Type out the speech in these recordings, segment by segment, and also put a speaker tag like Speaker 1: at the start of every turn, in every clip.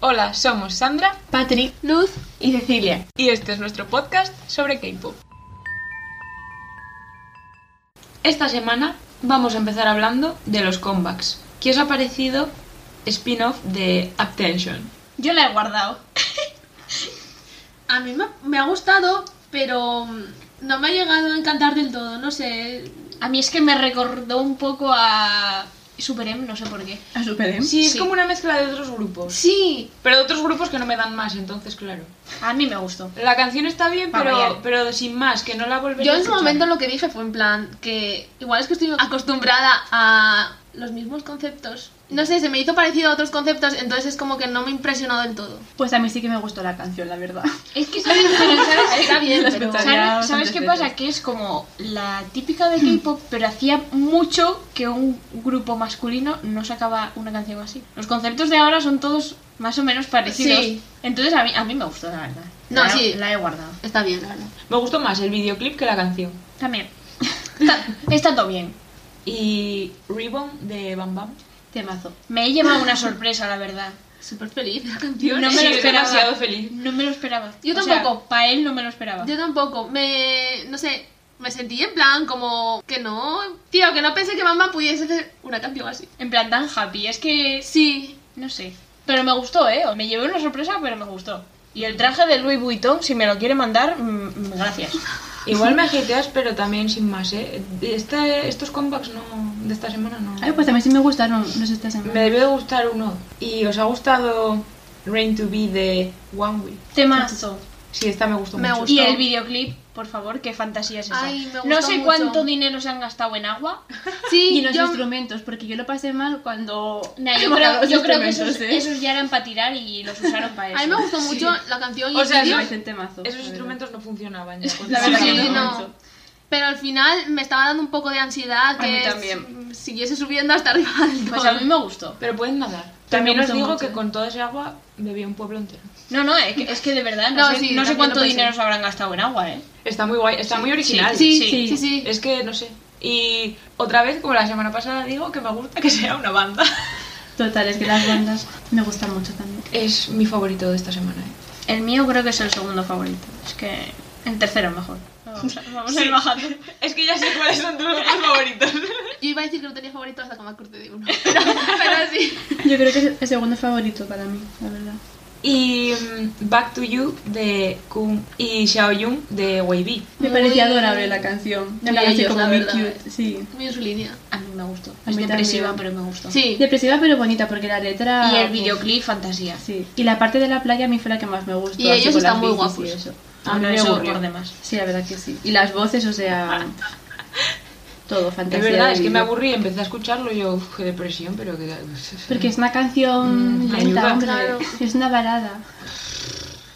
Speaker 1: Hola, somos Sandra,
Speaker 2: Patrick, Luz y Cecilia.
Speaker 1: y este es nuestro podcast sobre K-pop.
Speaker 2: Esta semana vamos a empezar hablando de los comebacks. ¿Qué os ha parecido spin-off de Attention?
Speaker 3: Yo la he guardado. A mí me, me ha gustado, pero mm, no me ha llegado a encantar del todo, no sé. A mí es que me recordó un poco a Super M, no sé por qué.
Speaker 4: ¿A Super M?
Speaker 2: Sí, es
Speaker 3: Sí.
Speaker 2: como una mezcla de otros grupos.
Speaker 3: Sí,
Speaker 2: Pero de otros grupos que no me dan más, entonces, claro.
Speaker 3: a mí me gustó.
Speaker 2: La canción está bien,
Speaker 3: Pa'
Speaker 2: pero,
Speaker 3: variar.
Speaker 2: pero sin más, que no la volveré
Speaker 3: Yo
Speaker 2: a
Speaker 3: en su
Speaker 2: escuchar.
Speaker 3: momento lo que dije fue en plan que igual es que estoy acostumbrada a los mismos conceptos. No sé, se me hizo parecido a otros conceptos, entonces es como que no me impresionó del todo.
Speaker 4: Pues a mí sí que me gustó la canción, la verdad.
Speaker 1: Es que sabes, pero sabes,
Speaker 3: Está bien,
Speaker 4: Lo
Speaker 3: pero...
Speaker 1: ¿sabes,
Speaker 4: escucharé.
Speaker 1: sabes
Speaker 4: bastantes
Speaker 1: qué
Speaker 4: veces.
Speaker 1: pasa? Que es como la típica de K-pop, pero hacía mucho que un grupo masculino no sacaba una canción así. Los conceptos de ahora son todos más o menos parecidos.
Speaker 3: Sí.
Speaker 1: Entonces a mí, a mí me gustó, la verdad.
Speaker 3: No,
Speaker 1: la, he-
Speaker 3: sí.
Speaker 1: La he guardado.
Speaker 3: Está bien, la verdad.
Speaker 2: Me gustó más el videoclip que la canción.
Speaker 1: También. Está, está todo bien.
Speaker 2: Y Ribbon de Bam Bam.
Speaker 4: Temazo.
Speaker 1: Me he llevado una sorpresa, la verdad.
Speaker 3: Súper feliz la
Speaker 2: Yo
Speaker 3: canción.
Speaker 1: No me
Speaker 2: soy
Speaker 1: lo esperaba.
Speaker 2: demasiado feliz.
Speaker 1: No me lo esperaba.
Speaker 3: Yo tampoco.
Speaker 1: Para él no me lo esperaba.
Speaker 3: Yo tampoco, me... no sé, me sentí en plan como que no, tío, que no pensé que mamá pudiese hacer una canción así.
Speaker 1: En plan tan happy. Es que
Speaker 3: Sí,
Speaker 1: No sé. Pero me gustó, ¿eh? Me llevé una sorpresa, pero me gustó. Y el traje de Louis Vuitton, si me lo quiere mandar, mm, mm, gracias.
Speaker 2: Igual me ajeteas, pero también sin más, ¿eh? Este- estos comebacks no, de esta semana no.
Speaker 4: Ay, pues a mí sí me gustaron los esta semana.
Speaker 2: Me debió de gustar uno. ¿Y os ha gustado Rain to Be de One Way?
Speaker 1: Temazo.
Speaker 2: Sí, esta me gustó
Speaker 3: Me
Speaker 2: mucho.
Speaker 3: gustó.
Speaker 1: Y el videoclip, por favor, qué fantasía es esa.
Speaker 3: Ay, me
Speaker 1: no
Speaker 3: gustó
Speaker 1: sé
Speaker 3: mucho.
Speaker 1: cuánto dinero se han gastado en agua.
Speaker 3: sí,
Speaker 4: Y los
Speaker 3: yo-
Speaker 4: instrumentos, porque yo lo pasé mal cuando...
Speaker 1: Nah, yo
Speaker 4: cuando
Speaker 1: creo,
Speaker 4: los
Speaker 1: yo creo que
Speaker 4: instrumentos,
Speaker 1: esos,
Speaker 4: ¿eh?
Speaker 1: esos ya eran para tirar y los usaron para eso.
Speaker 3: a mí me gustó mucho la canción y
Speaker 2: O
Speaker 3: el
Speaker 2: sea,
Speaker 4: Me
Speaker 3: vídeo,
Speaker 2: no-
Speaker 4: parece un temazo, la
Speaker 2: Esos
Speaker 4: verdad.
Speaker 2: instrumentos no funcionaban ya.
Speaker 4: La verdad
Speaker 3: Sí,
Speaker 4: que
Speaker 3: no.
Speaker 4: mucho.
Speaker 3: pero al final me estaba dando un poco de ansiedad
Speaker 4: A mí
Speaker 3: que
Speaker 4: también.
Speaker 3: s- siguiese subiendo hasta arriba del todo.
Speaker 1: Pues a mí me gustó.
Speaker 2: Pero pueden nadar.
Speaker 4: También
Speaker 2: También os
Speaker 4: gustó
Speaker 2: digo
Speaker 4: mucho.
Speaker 2: que con todo ese agua bebía un pueblo entero.
Speaker 1: No, no, es que, es que de verdad, no,
Speaker 3: No,
Speaker 1: sé,
Speaker 3: sí,
Speaker 1: no sé
Speaker 3: también
Speaker 1: cuánto
Speaker 3: lo pensé.
Speaker 1: dinero se habrán gastado en agua, ¿eh?
Speaker 2: Está muy guay, está muy original.
Speaker 3: sí,
Speaker 1: sí.
Speaker 3: sí, sí, sí.
Speaker 2: Es que no sé. Y otra vez, como la semana pasada, digo que me gusta que sea una banda.
Speaker 4: Total, es que las bandas me gustan mucho también.
Speaker 2: Es mi favorito de esta semana. ¿eh?
Speaker 1: El mío creo que es el segundo favorito. Es que el tercero mejor. Vamos a, vamos a ir bajando.
Speaker 2: Es que ya sé cuáles son tus otros favoritos.
Speaker 3: Yo iba a decir que no tenía favorito hasta que me acordé de uno, pero, pero sí.
Speaker 4: Yo creo que es el segundo favorito para mí, la verdad.
Speaker 2: Y mm, Back to You de Kun y Xiaoyun de Weibi.
Speaker 4: Me
Speaker 3: Muy-
Speaker 4: parecía adorable la canción.
Speaker 3: Muy
Speaker 4: Una canción
Speaker 3: ellos,
Speaker 4: como
Speaker 3: la
Speaker 4: muy
Speaker 3: verdad.
Speaker 4: cute, sí.
Speaker 3: Muy en su línea.
Speaker 1: A mí me gustó.
Speaker 4: A
Speaker 1: es
Speaker 4: mí
Speaker 1: depresiva,
Speaker 4: también.
Speaker 1: pero me gustó.
Speaker 3: Sí,
Speaker 4: Depresiva pero bonita porque la letra...
Speaker 1: Y el
Speaker 4: pues,
Speaker 1: videoclip, fantasía.
Speaker 4: Sí. Y la parte de la playa a mí fue la que más me gustó.
Speaker 3: Y
Speaker 4: así
Speaker 3: ellos
Speaker 4: con las
Speaker 3: están muy
Speaker 4: bicis y
Speaker 3: guapos.
Speaker 4: eso.
Speaker 2: A mí
Speaker 1: Bueno,
Speaker 2: me
Speaker 1: eso
Speaker 2: aburrió.
Speaker 1: por demás.
Speaker 4: Sí, la verdad que sí. Y las voces, o sea... todo,
Speaker 2: De
Speaker 4: fantasía.
Speaker 2: verdad,
Speaker 4: de
Speaker 2: es que me
Speaker 4: vídeo.
Speaker 2: aburrí, empecé a escucharlo y yo, uf, qué depresión, pero que...
Speaker 4: Porque es una canción
Speaker 2: Mm,
Speaker 4: lenta,
Speaker 2: ayuda.
Speaker 4: hombre.
Speaker 3: Claro.
Speaker 4: Es una balada.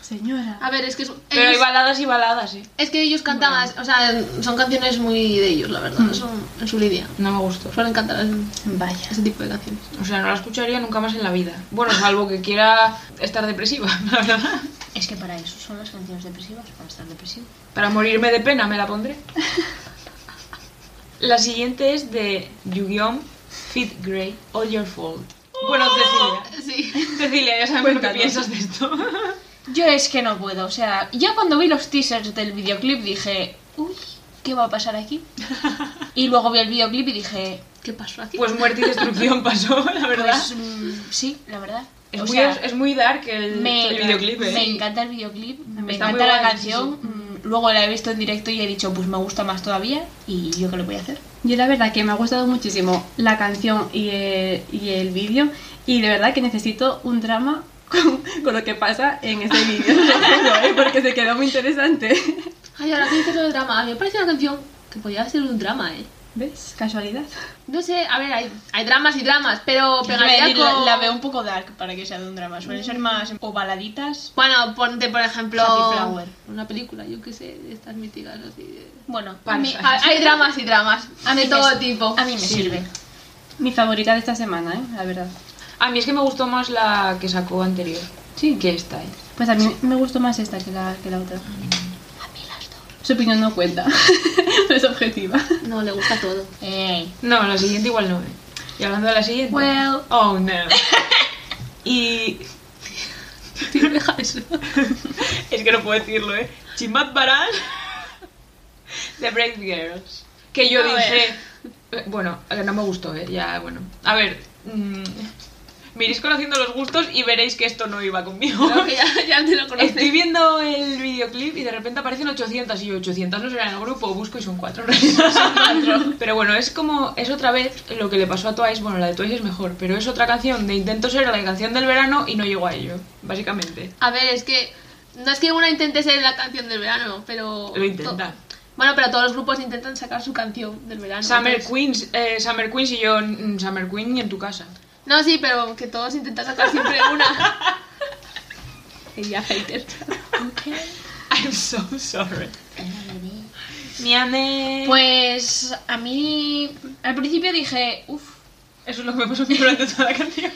Speaker 4: Señora.
Speaker 3: a ver, es que... es-
Speaker 2: Pero hay
Speaker 3: ellos-
Speaker 2: baladas y baladas, ¿eh?
Speaker 3: Es que ellos cantaban, o sea, son canciones muy de ellos, la verdad, son en su línea.
Speaker 2: No me gustó.
Speaker 3: Suelen cantar en-
Speaker 4: Vaya.
Speaker 3: ese tipo de canciones.
Speaker 2: O sea, no la escucharía nunca más en la vida. Bueno, salvo que quiera estar depresiva, la verdad.
Speaker 1: Es que para eso son las canciones depresivas, para estar depresivo.
Speaker 2: Para morirme de pena me la pondré. La siguiente es de Yu-Gi-Oh! Fit Grey, All Your Fault. Bueno, Cecilia.
Speaker 3: Sí.
Speaker 2: Cecilia, ya sabemos lo que piensas de esto.
Speaker 1: Yo es que no puedo, o sea, ya cuando vi los teasers del videoclip dije, uy, ¿qué va a pasar aquí? Y luego vi el videoclip y dije,
Speaker 3: ¿Qué pasó aquí?
Speaker 2: Pues muerte y destrucción pasó, la verdad.
Speaker 1: pues mm, sí, la verdad.
Speaker 2: es,
Speaker 1: o
Speaker 2: muy,
Speaker 1: sea,
Speaker 2: es muy dark el,
Speaker 1: me,
Speaker 2: el videoclip, ¿eh?
Speaker 1: me encanta el videoclip, me
Speaker 2: Está
Speaker 1: encanta
Speaker 2: muy
Speaker 1: la
Speaker 2: guay,
Speaker 1: canción. mm, Luego la he visto en directo y he dicho, pues me gusta más todavía y yo qué le voy a hacer.
Speaker 4: Yo la verdad que me ha gustado muchísimo la canción y el, y el vídeo y de verdad que necesito un drama con, con lo que pasa en este vídeo, os lo juro, ¿eh? porque se quedó muy interesante.
Speaker 3: Ay, ahora que dices lo de drama, a mí me parece una canción que podría ser un drama, ¿eh?
Speaker 4: ¿Ves? Casualidad.
Speaker 3: No sé, a ver, hay, hay dramas y dramas, pero
Speaker 1: Yo iba a
Speaker 3: pegaría
Speaker 1: decir, la,
Speaker 3: con...
Speaker 1: la veo un poco dark para que sea de un drama. Suelen ser más o baladitas.
Speaker 3: Bueno, ponte, por ejemplo,
Speaker 1: Happy Flower.
Speaker 3: una película, yo qué sé, de estas míticas así de...
Speaker 1: Bueno, a
Speaker 2: Pan-
Speaker 1: mí,
Speaker 3: A- Hay dramas y dramas,
Speaker 1: A mí
Speaker 3: de
Speaker 1: me-
Speaker 3: todo tipo.
Speaker 1: a mí me sirve.
Speaker 4: Mi favorita de esta semana, ¿eh? la verdad.
Speaker 2: A mí es que me gustó más la que sacó anterior
Speaker 4: Sí,
Speaker 2: que esta, ¿eh?
Speaker 4: Pues a mí me gustó más esta que la, que la otra. A mí las dos. Su opinión no cuenta, no es objetiva.
Speaker 3: No, le gusta todo.
Speaker 1: Ey.
Speaker 2: No, la siguiente igual no, ¿eh? Oh, Y hablando de la siguiente...
Speaker 1: Well.
Speaker 2: Oh, no. y...
Speaker 3: Deja eso.
Speaker 2: Es que no puedo decirlo, ¿eh? Chimbat Baran de Brave Girls. Que yo
Speaker 3: A
Speaker 2: dije. eh, Bueno, eh, no me gustó, ¿eh? Ya, bueno. A ver. mm, me iréis conociendo los gustos y veréis que esto no iba conmigo.
Speaker 3: Creo que ya, ya te lo conoces.
Speaker 2: Estoy viendo el videoclip y de repente aparecen 800 y yo 800 no será en el grupo, busco y son cuatro. pero bueno, es como, es otra vez lo que le pasó a Twice, bueno, la de Twice es mejor, pero es otra canción de intento ser la canción del verano y no llegó a ello, básicamente.
Speaker 3: A ver, es que no es que una intente ser la canción del verano, pero
Speaker 2: Lo intenta.
Speaker 3: to- Bueno, pero todos los grupos intentan sacar su canción del verano.
Speaker 2: Summer
Speaker 3: entonces-
Speaker 2: Queens, eh, Summer Queens y yo, mm, Summer Queen y en tu casa.
Speaker 3: No, sí, pero que todos intentan sacar siempre una. Ella hater.
Speaker 2: I'm so sorry. Miane.
Speaker 1: Pues a mí al principio dije, uff,
Speaker 2: Eso es lo que me pasó a mí durante toda la canción.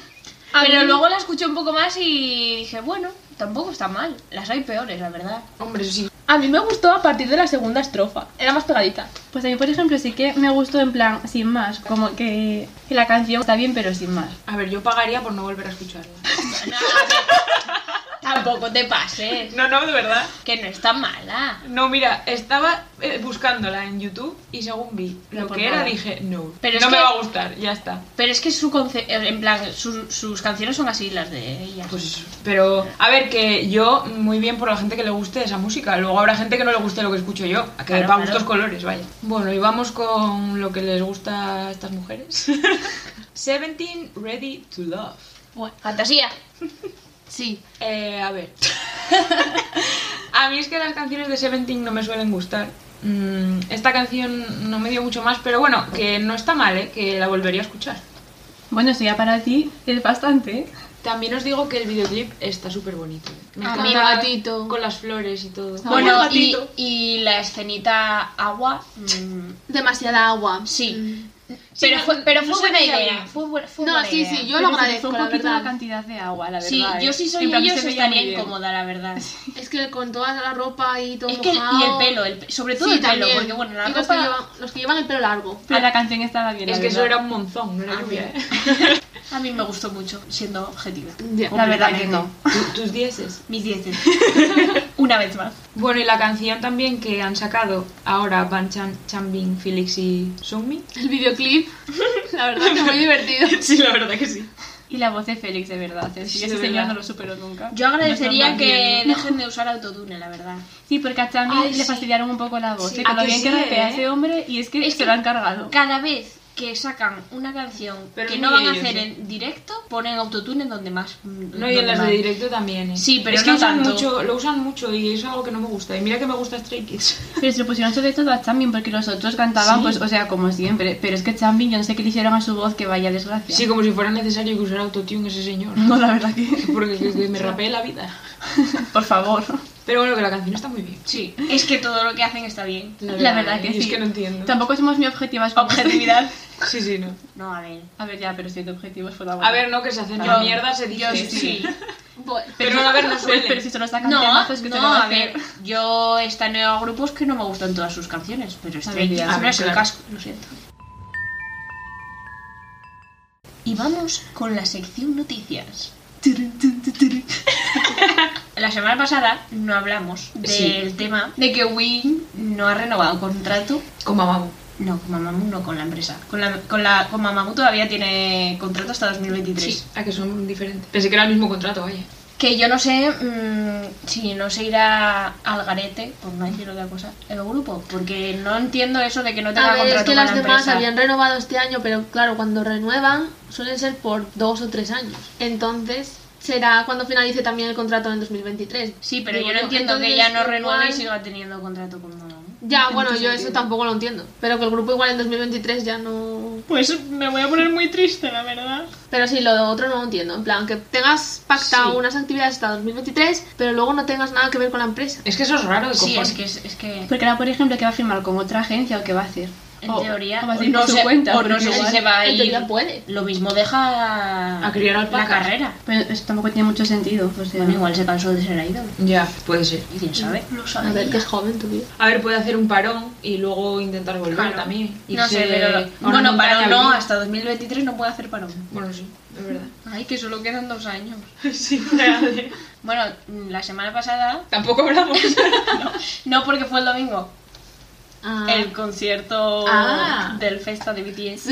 Speaker 1: pero luego la escuché un poco más y dije, bueno, tampoco está mal, las hay peores, la verdad.
Speaker 2: Hombre, eso sí.
Speaker 3: A mí me gustó a partir de la segunda estrofa. Era más pegadita.
Speaker 4: Pues a mí, por ejemplo, sí que me gustó en plan, sin más, como que, que la canción está bien, pero sin más.
Speaker 2: A ver, yo pagaría por no volver a escucharla.
Speaker 1: Tampoco te pases,
Speaker 2: No, no, de verdad.
Speaker 1: que no está mala.
Speaker 2: No, mira, estaba eh, buscándola en YouTube y según vi lo
Speaker 4: No, por
Speaker 2: que era
Speaker 4: favor.
Speaker 2: dije, no,
Speaker 1: Pero
Speaker 2: no
Speaker 1: es
Speaker 2: me
Speaker 1: que-
Speaker 2: va a gustar, ya está.
Speaker 1: Pero es que su conce- en plan, sus- sus canciones son así las de ella.
Speaker 2: Pues, pero, a ver, que yo, muy bien por la gente que le guste esa música. Luego habrá gente que no le guste lo que escucho yo, a que
Speaker 1: Claro,
Speaker 2: le va a
Speaker 1: claro.
Speaker 2: gustos colores, vaya. Bueno, y vamos con lo que les gusta a estas mujeres. Seventeen Ready to Love.
Speaker 1: Fantasía.
Speaker 3: Sí.
Speaker 2: Eh, a ver. a mí es que las canciones de Seventeen no me suelen gustar. Mm, Esta canción no me dio mucho más, pero bueno, que no está mal, ¿eh? que la volvería a escuchar.
Speaker 4: Bueno, eso ya para ti es bastante, ¿eh?
Speaker 2: También os digo que el videoclip está súper bonito. Me
Speaker 1: Ah,
Speaker 2: encanta
Speaker 1: mi
Speaker 3: gatito.
Speaker 2: Con las flores y todo.
Speaker 4: Ah,
Speaker 1: Bueno,
Speaker 2: Amor,
Speaker 1: y,
Speaker 2: gatito.
Speaker 1: y la escenita agua. mm,
Speaker 3: Demasiada agua. Mm.
Speaker 1: sí.
Speaker 2: Sí,
Speaker 1: Pero
Speaker 2: no-
Speaker 1: fue, pero
Speaker 2: no
Speaker 1: fue
Speaker 2: se
Speaker 1: buena
Speaker 2: veía
Speaker 1: idea.
Speaker 2: bien.
Speaker 1: Fue buena, fue
Speaker 3: No,
Speaker 1: buena
Speaker 3: sí,
Speaker 1: idea.
Speaker 3: sí, yo lo
Speaker 4: Pero se le fue
Speaker 3: agradezco,
Speaker 4: un
Speaker 3: la
Speaker 4: poquito la
Speaker 3: verdad.
Speaker 4: cantidad de agua, la verdad.
Speaker 1: Sí,
Speaker 4: ¿eh?
Speaker 1: yo sí soy
Speaker 4: En plan,
Speaker 1: ellos
Speaker 4: se veía
Speaker 1: estaría
Speaker 4: muy bien.
Speaker 1: incómoda, la verdad.
Speaker 3: Es que con toda la ropa y todo
Speaker 1: Es que, y el
Speaker 3: mojado.
Speaker 1: pelo, el pe- sobre todo
Speaker 3: Sí,
Speaker 1: el pelo,
Speaker 3: también.
Speaker 1: porque bueno, la
Speaker 3: Y los, que
Speaker 1: ropa...
Speaker 3: llevan, los que llevan el pelo largo.
Speaker 4: Pero la canción estaba bien.
Speaker 2: Es
Speaker 4: la
Speaker 2: que eso era
Speaker 4: verdad.
Speaker 2: un monzón, no era
Speaker 1: Ah,
Speaker 2: lluvia, ¿eh?
Speaker 1: A mí me gustó mucho, siendo objetiva.
Speaker 4: La verdad que no.
Speaker 2: Tu- Tus dieces.
Speaker 1: Mis dieces. Una vez más.
Speaker 2: Bueno, y la canción también que han sacado ahora Van Chan, Changbin, Felix y Sungmi.
Speaker 3: El videoclip, la verdad que muy divertido.
Speaker 2: Sí, la verdad que sí.
Speaker 4: Y la voz de Félix, de verdad. Es
Speaker 2: Sí,
Speaker 4: que ese
Speaker 2: de
Speaker 4: señor
Speaker 2: verdad.
Speaker 4: no lo superó nunca.
Speaker 1: Yo agradecería
Speaker 2: No
Speaker 1: que
Speaker 2: están
Speaker 1: dejen de usar autotune, la verdad.
Speaker 4: Sí, porque a Chami
Speaker 2: Ay,
Speaker 4: le
Speaker 2: sí.
Speaker 4: fastidiaron un poco la voz.
Speaker 2: Sí.
Speaker 4: ¿eh? Con
Speaker 2: ¿A
Speaker 4: lo
Speaker 2: que
Speaker 4: bien que
Speaker 2: sí,
Speaker 4: rapea
Speaker 2: eh?
Speaker 4: ese hombre y es que
Speaker 1: Es
Speaker 4: se
Speaker 1: que-
Speaker 4: lo han cargado.
Speaker 1: Cada vez que sacan una canción
Speaker 2: Pero
Speaker 1: que
Speaker 2: es
Speaker 1: no
Speaker 2: muy
Speaker 1: van a
Speaker 2: ellos,
Speaker 1: hacer
Speaker 2: ¿eh?
Speaker 1: en directo, ponen autotune en donde más. mm,
Speaker 2: No, y en
Speaker 1: donde
Speaker 2: las
Speaker 1: más.
Speaker 2: de directo también, ¿eh?
Speaker 1: Sí, pero
Speaker 2: es que
Speaker 1: no
Speaker 2: usan
Speaker 1: tanto.
Speaker 2: mucho, lo usan mucho y es algo que no me gusta. Y mira que me gusta Stray Kids.
Speaker 4: Pero se lo pusieron sobre todo a Chambin porque los otros cantaban,
Speaker 2: Sí.
Speaker 4: pues, o sea, como siempre. Pero es que Chambin, yo no sé qué le hicieron a su voz, que vaya desgracia.
Speaker 2: Sí, como si fuera necesario que usara autotune ese señor.
Speaker 4: No, la verdad que.
Speaker 2: Porque que- que me rapee la vida.
Speaker 4: Por favor.
Speaker 2: Pero bueno, que la canción está muy bien.
Speaker 1: Sí, es que todo lo que hacen está bien.
Speaker 4: La verdad que
Speaker 2: y
Speaker 4: sí.
Speaker 2: Es que no entiendo.
Speaker 4: Tampoco somos muy objetivas con
Speaker 1: Objetividad.
Speaker 2: Sí, sí, no.
Speaker 1: No, a ver.
Speaker 4: A ver, ya, pero siendo objetivos fue la buena.
Speaker 2: A ver, no que se hacen
Speaker 4: Ah, Yo-
Speaker 2: mierda, se dice.
Speaker 1: Yo sí.
Speaker 3: Bueno,
Speaker 2: Pero no, a ver, no
Speaker 4: Pero,
Speaker 2: suelen.
Speaker 4: pero si solo sacan
Speaker 1: No,
Speaker 4: temazos que te lo
Speaker 1: no,
Speaker 4: va
Speaker 1: a
Speaker 4: a hacer.
Speaker 1: ver. Yo este he estado en grupos que no me gustan todas sus canciones, pero Stray
Speaker 4: ver, ya.
Speaker 1: Kids
Speaker 2: A
Speaker 1: no
Speaker 2: ver,
Speaker 1: es el
Speaker 2: claro.
Speaker 1: casco, lo siento. Y vamos con la sección noticias. La semana pasada no hablamos
Speaker 2: Sí.
Speaker 1: del tema de que Win no ha renovado contrato.
Speaker 2: Con mamá.
Speaker 1: No, con Mamamoo no, con la empresa. Con, la, con, la, con Mamamoo todavía tiene contrato hasta 2023.
Speaker 2: Sí, a que son diferentes. Pensé que era el mismo contrato, vaya.
Speaker 1: Que yo no sé mm, si no se irá al garete, por no decir otra cosa, el grupo. Porque no entiendo eso de que no tenga
Speaker 3: a ver, es
Speaker 1: contrato
Speaker 3: que
Speaker 1: con
Speaker 3: las
Speaker 1: la
Speaker 3: demás
Speaker 1: empresa.
Speaker 3: habían renovado este año, pero claro, cuando renuevan suelen ser por dos o tres años. Entonces será cuando finalice también el contrato en 2023.
Speaker 1: Sí, pero
Speaker 3: Digo
Speaker 1: yo no entiendo que
Speaker 3: entonces,
Speaker 1: ya no renueve y
Speaker 3: igual-
Speaker 1: siga teniendo contrato con Mamamoo.
Speaker 3: Ya, bueno, yo eso tampoco lo entiendo. Pero que el grupo igual en 2023 ya no...
Speaker 1: Pues me voy a poner muy triste, la verdad.
Speaker 3: Pero sí, lo otro no lo entiendo. En plan, que tengas pactado
Speaker 2: Sí.
Speaker 3: unas actividades hasta 2023, pero luego no tengas nada que ver con la empresa.
Speaker 2: Es que eso es raro de
Speaker 1: Sí,
Speaker 2: cojones.
Speaker 1: es que... Es, es que...
Speaker 4: Porque ahora, por ejemplo, que va a firmar con otra agencia o qué va a hacer.
Speaker 1: En
Speaker 4: O-
Speaker 1: teoría,
Speaker 4: o va a ser
Speaker 1: no
Speaker 4: por su
Speaker 1: sé,
Speaker 4: cuenta,
Speaker 1: o no
Speaker 4: porque
Speaker 1: sé si
Speaker 4: igual-
Speaker 1: se va a
Speaker 3: en
Speaker 1: ir.
Speaker 3: teoría puede.
Speaker 1: Lo mismo deja
Speaker 2: A criar
Speaker 1: la
Speaker 2: alpacas.
Speaker 1: carrera.
Speaker 4: Pero eso tampoco tiene mucho sentido. O sea,
Speaker 1: Bueno, igual se cansó de ser idol.
Speaker 2: Ya, puede ser.
Speaker 1: ¿Y quién sabe?
Speaker 4: Mm.
Speaker 3: No
Speaker 1: sabía.
Speaker 3: A ver, que es joven tu vida.
Speaker 2: A ver, puede hacer un parón y luego intentar volver
Speaker 1: Claro.
Speaker 2: también.
Speaker 1: no sé,
Speaker 2: Irse a
Speaker 1: pero.
Speaker 2: una
Speaker 1: Bueno,
Speaker 2: montaña
Speaker 1: parón
Speaker 2: a
Speaker 1: no,
Speaker 2: vivir.
Speaker 1: hasta 2023 no puede hacer parón.
Speaker 2: Bueno, sí, es verdad.
Speaker 1: Ay, que solo quedan dos años.
Speaker 2: sí,
Speaker 1: Bueno, la semana pasada,
Speaker 2: Tampoco hablamos.
Speaker 1: no porque fue el domingo,
Speaker 3: Ah.
Speaker 1: el concierto
Speaker 3: Ah.
Speaker 1: del festa de BTS.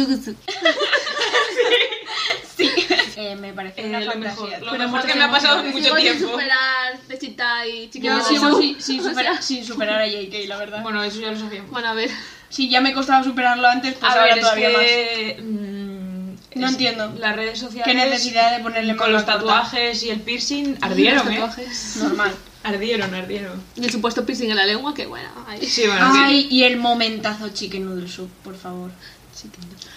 Speaker 1: Eh, me parece
Speaker 2: Eh,
Speaker 1: una
Speaker 2: lo mejor,
Speaker 1: fantasía.
Speaker 2: lo
Speaker 1: Pero
Speaker 2: mejor
Speaker 1: porque
Speaker 2: que me ha
Speaker 1: somos
Speaker 2: pasado en
Speaker 1: iguales.
Speaker 2: mucho
Speaker 3: Sigo sin
Speaker 2: tiempo.
Speaker 3: superar Cechita y
Speaker 1: Yo
Speaker 3: Chiquita.
Speaker 1: sigo sin, sin
Speaker 3: O sea,
Speaker 1: supera- sin superar a JK, la verdad.
Speaker 2: bueno, eso ya lo sabíamos.
Speaker 3: Bueno, a ver.
Speaker 1: Si ya me costaba superarlo antes, pues
Speaker 2: a
Speaker 1: ahora
Speaker 2: ver, es
Speaker 1: todavía más.
Speaker 2: que... mm,
Speaker 1: No
Speaker 2: es-
Speaker 1: entiendo.
Speaker 2: Las redes sociales...
Speaker 1: ¿Qué necesidad de ponerle
Speaker 2: Con los
Speaker 1: manga corta?
Speaker 2: tatuajes y el piercing ardieron,
Speaker 3: Los
Speaker 2: ¿eh?
Speaker 3: tatuajes.
Speaker 1: Normal.
Speaker 2: Ardieron, ardieron.
Speaker 3: Y el supuesto piercing en la lengua, que bueno. Ay.
Speaker 2: Sí, bueno, Ah, sí.
Speaker 1: Ay, y el momentazo chicken noodle soup, por favor.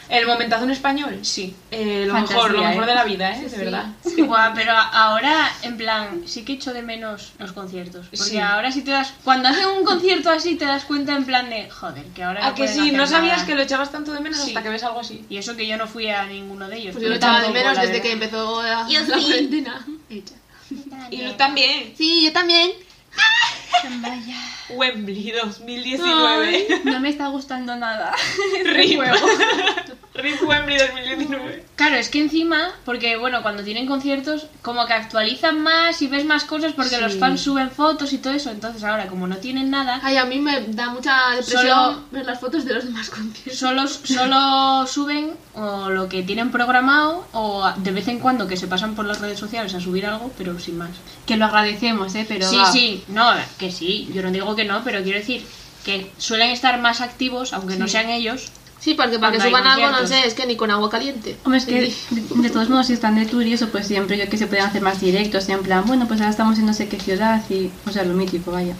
Speaker 2: El momentazo en español.
Speaker 1: Sí.
Speaker 2: Eh, lo
Speaker 4: Fantasía,
Speaker 2: mejor, lo mejor
Speaker 4: ¿eh?
Speaker 2: de la vida, ¿eh? de
Speaker 3: sí.
Speaker 2: verdad.
Speaker 1: Buah, pero ahora, en plan, sí que echo de menos los conciertos. Porque
Speaker 2: Sí.
Speaker 1: ahora sí te das. Cuando hacen un concierto así, te das cuenta en plan de. Joder, que ahora.
Speaker 2: ¿A
Speaker 1: no
Speaker 2: Ah, que
Speaker 1: pueden
Speaker 2: sí?
Speaker 1: hacer
Speaker 2: ¿No sabías
Speaker 1: nada".
Speaker 2: que lo echabas tanto de menos
Speaker 1: Sí.
Speaker 2: hasta que ves algo así?
Speaker 1: Y eso que yo no fui a ninguno de ellos.
Speaker 3: Pues yo
Speaker 1: pero
Speaker 3: lo echaba de
Speaker 1: tampoco,
Speaker 3: menos
Speaker 1: la
Speaker 3: desde que
Speaker 1: verdad.
Speaker 3: empezó la,
Speaker 1: Yo
Speaker 3: la
Speaker 1: sí.
Speaker 3: cuarentena. Hecha.
Speaker 2: Y tú también.
Speaker 3: Sí, yo también.
Speaker 2: Wembley 2019.
Speaker 4: no me está gustando nada.
Speaker 2: RIP. RIP Wembley 2019.
Speaker 1: Claro, es que encima, porque bueno, cuando tienen conciertos, como que actualizan más y ves más cosas porque
Speaker 2: Sí.
Speaker 1: los fans suben fotos y todo eso. Entonces ahora, como no tienen nada,
Speaker 3: Ay, a mí me da mucha depresión
Speaker 1: Solo-
Speaker 3: ver las fotos de los demás conciertos.
Speaker 1: solo, solo suben o lo que tienen programado o a- de vez en cuando que se pasan por las redes sociales a subir algo, pero sin más.
Speaker 4: Que lo agradecemos, ¿eh? Pero
Speaker 1: sí,
Speaker 4: va.
Speaker 1: sí, no, que sí, yo no digo que no, pero quiero decir que suelen estar más activos, aunque no sean ellos.
Speaker 3: Sí, porque para que
Speaker 1: Cuando hay
Speaker 3: suban algo, no
Speaker 1: conciertos.
Speaker 3: sé, es que ni con agua caliente.
Speaker 4: Hombre, es que
Speaker 3: Sí.
Speaker 4: de, de todos modos, si están de tour y eso, pues siempre yo que se pueden hacer más directos, en plan, bueno, pues ahora estamos en no sé qué ciudad y, o sea, lo mítico, vaya.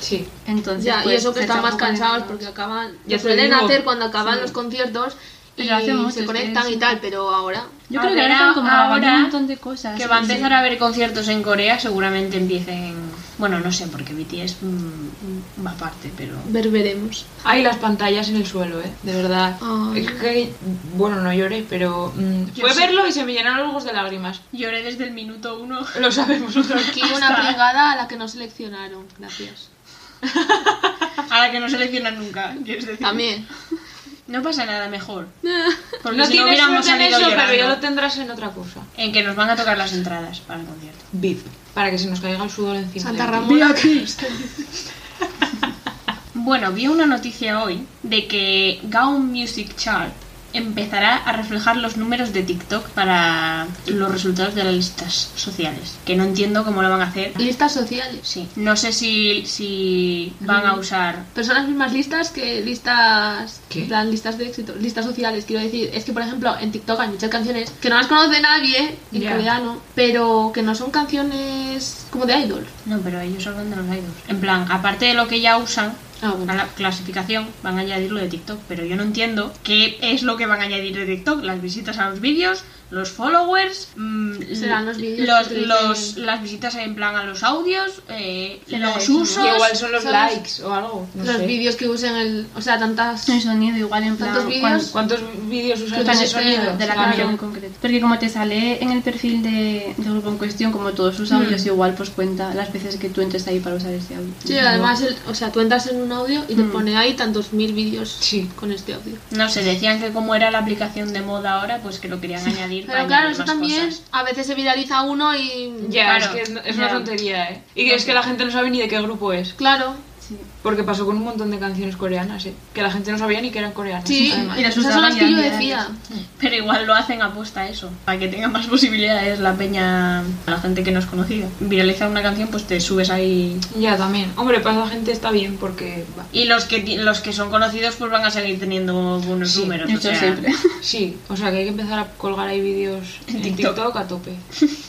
Speaker 2: Sí.
Speaker 4: Entonces,
Speaker 3: Ya, y
Speaker 4: pues,
Speaker 3: eso que
Speaker 4: se
Speaker 3: están más
Speaker 4: tampoco les-
Speaker 3: cansados porque acaban.
Speaker 2: Ya
Speaker 3: lo
Speaker 2: te
Speaker 3: suelen
Speaker 2: digo.
Speaker 3: hacer cuando acaban los conciertos y
Speaker 4: Pero hace mucho, es
Speaker 3: se
Speaker 4: que
Speaker 3: conectan
Speaker 4: sí.
Speaker 3: y tal, pero ahora.
Speaker 4: Yo
Speaker 1: A
Speaker 4: creo que
Speaker 1: ver,
Speaker 4: ahora están como
Speaker 1: ahora
Speaker 4: grabando un montón de
Speaker 2: Ah,
Speaker 4: cosas.
Speaker 1: Que va a
Speaker 4: sí, sí.
Speaker 1: empezar a haber conciertos en Corea, seguramente empiecen. Bueno, no sé, porque BTS mm, va aparte, pero.
Speaker 3: Ver, veremos.
Speaker 2: Ay, las pantallas en el suelo, ¿eh? De verdad.
Speaker 3: Ay.
Speaker 2: Es que, bueno, no lloré, pero mm,
Speaker 1: Yo
Speaker 2: fue
Speaker 1: sí.
Speaker 2: verlo y se me llenaron los ojos de lágrimas.
Speaker 1: Lloré desde el minuto uno.
Speaker 2: Lo sabemos.
Speaker 3: Aquí una pringada a la que no seleccionaron, gracias.
Speaker 1: A la que no seleccionan nunca, quieres decir.
Speaker 3: También.
Speaker 1: No pasa nada mejor. Porque
Speaker 2: no
Speaker 1: si
Speaker 2: tienes
Speaker 1: no hubiéramos
Speaker 2: suerte en
Speaker 1: salido
Speaker 2: eso,
Speaker 1: llorando.
Speaker 2: pero ya lo tendrás en otra cosa.
Speaker 1: En que nos van a tocar las entradas para el concierto.
Speaker 2: VIP. Para que se nos caiga el sudor encima.
Speaker 3: Santa
Speaker 2: de-
Speaker 3: Ramona.
Speaker 1: Bueno, vi una noticia hoy de que Gaon Music Chart empezará a reflejar los números de TikTok para los resultados de las listas sociales. Que no entiendo cómo lo van a hacer.
Speaker 3: Listas sociales.
Speaker 1: Sí. No sé si, si van a usar.
Speaker 3: Pero son las mismas listas que listas.
Speaker 2: ¿Qué?
Speaker 3: en plan, listas de éxito. Listas sociales, quiero decir. Es que, por ejemplo, en TikTok hay muchas canciones que no las conoce nadie, en
Speaker 2: Ya.
Speaker 3: coreano, pero que no son canciones como de idol.
Speaker 1: No, pero ellos hablan de los idols. En plan, aparte de lo que ya usan,
Speaker 3: Ah,
Speaker 1: a la clasificación van a añadir lo de TikTok, pero yo no entiendo qué es lo que van a añadir de TikTok. Las visitas a los vídeos, los followers, mm,
Speaker 3: Serán los vídeos
Speaker 1: los-
Speaker 3: que utilicen.
Speaker 1: los- las visitas en plan a los audios, eh,
Speaker 4: Será
Speaker 1: los
Speaker 4: eso, ¿no?
Speaker 1: usos.
Speaker 2: Y igual son los
Speaker 3: Son los-
Speaker 2: likes o algo. No
Speaker 3: los
Speaker 2: sé.
Speaker 3: vídeos que usen el. O sea, tantas.
Speaker 4: El sonido, igual en plan.
Speaker 3: ¿Tantos vídeos?
Speaker 2: ¿Cuántos vídeos usas
Speaker 3: Creo
Speaker 2: de
Speaker 3: que
Speaker 2: ese
Speaker 3: es de-
Speaker 2: sonido?
Speaker 4: de la
Speaker 2: Claro.
Speaker 4: canción en concreto. Porque como te sale en el perfil de, del grupo en cuestión, como todos
Speaker 3: Hmm.
Speaker 4: sus audios, igual pues cuenta las veces que tú entres ahí para usar ese audio.
Speaker 3: Sí, además, el- o sea, tú entras en un audio y te
Speaker 4: Mm.
Speaker 3: pone ahí tantos mil vídeos
Speaker 2: Sí.
Speaker 3: con este audio.
Speaker 1: No sé, decían que como era la aplicación de moda ahora, pues que lo querían añadir. para
Speaker 3: Pero claro,
Speaker 1: añadir
Speaker 3: eso
Speaker 1: más
Speaker 3: también
Speaker 1: cosas.
Speaker 3: a veces se viraliza uno y...
Speaker 2: Ya,
Speaker 1: Claro.
Speaker 2: es que es, es una
Speaker 1: Ya.
Speaker 2: tontería, ¿eh? Y que es que la gente no sabe ni de qué grupo es.
Speaker 3: Claro.
Speaker 4: Sí.
Speaker 2: Porque pasó con un montón de canciones coreanas, ¿eh? Que la gente no sabía ni que eran coreanas.
Speaker 3: Sí,
Speaker 2: además.
Speaker 4: Y las
Speaker 3: esas son
Speaker 4: usaban
Speaker 3: las que
Speaker 4: ya
Speaker 3: yo
Speaker 4: en
Speaker 3: decía.
Speaker 1: Pero igual lo hacen apuesta a eso, para que tenga más posibilidades la peña, la gente que no es conocida. Viralizar una canción, pues te subes ahí
Speaker 2: Ya, también. Hombre, para la gente está bien porque... va.
Speaker 1: Y los que ti- los que son conocidos pues van a seguir teniendo buenos
Speaker 2: Sí,
Speaker 1: números. o
Speaker 4: Eso
Speaker 1: sea.
Speaker 4: siempre.
Speaker 2: Sí, o sea que hay que empezar a colgar ahí vídeos en, TikTok. a tope.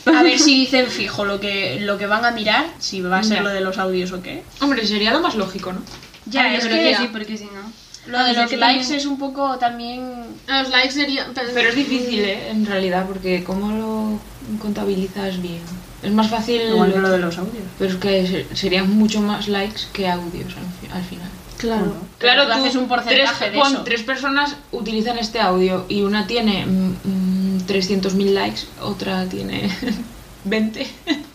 Speaker 1: A ver si dicen fijo lo que lo que van a mirar, si va a ser
Speaker 2: Ya.
Speaker 1: lo de los audios o qué.
Speaker 2: Hombre, sería lo más lógico, ¿no?
Speaker 1: Ya,
Speaker 4: Ay, yo
Speaker 1: es
Speaker 4: creo
Speaker 1: que
Speaker 4: sí, porque si no.
Speaker 1: lo de los
Speaker 4: que
Speaker 1: likes
Speaker 4: también-
Speaker 1: es un poco también
Speaker 3: Los likes serían...
Speaker 2: Pero es difícil, ¿eh? En realidad, porque ¿cómo lo contabilizas bien? Es más fácil...
Speaker 1: igual que lo de los audios.
Speaker 2: Pero es que se- serían mucho más likes que audios al, fi- al final.
Speaker 1: Claro.
Speaker 2: Claro,
Speaker 1: tú,
Speaker 2: tú,
Speaker 1: haces un porcentaje
Speaker 2: tres,
Speaker 1: de
Speaker 2: pon,
Speaker 1: eso.
Speaker 2: tres personas utilizan este audio y una tiene mm, mm, 300.000 likes, otra tiene 20.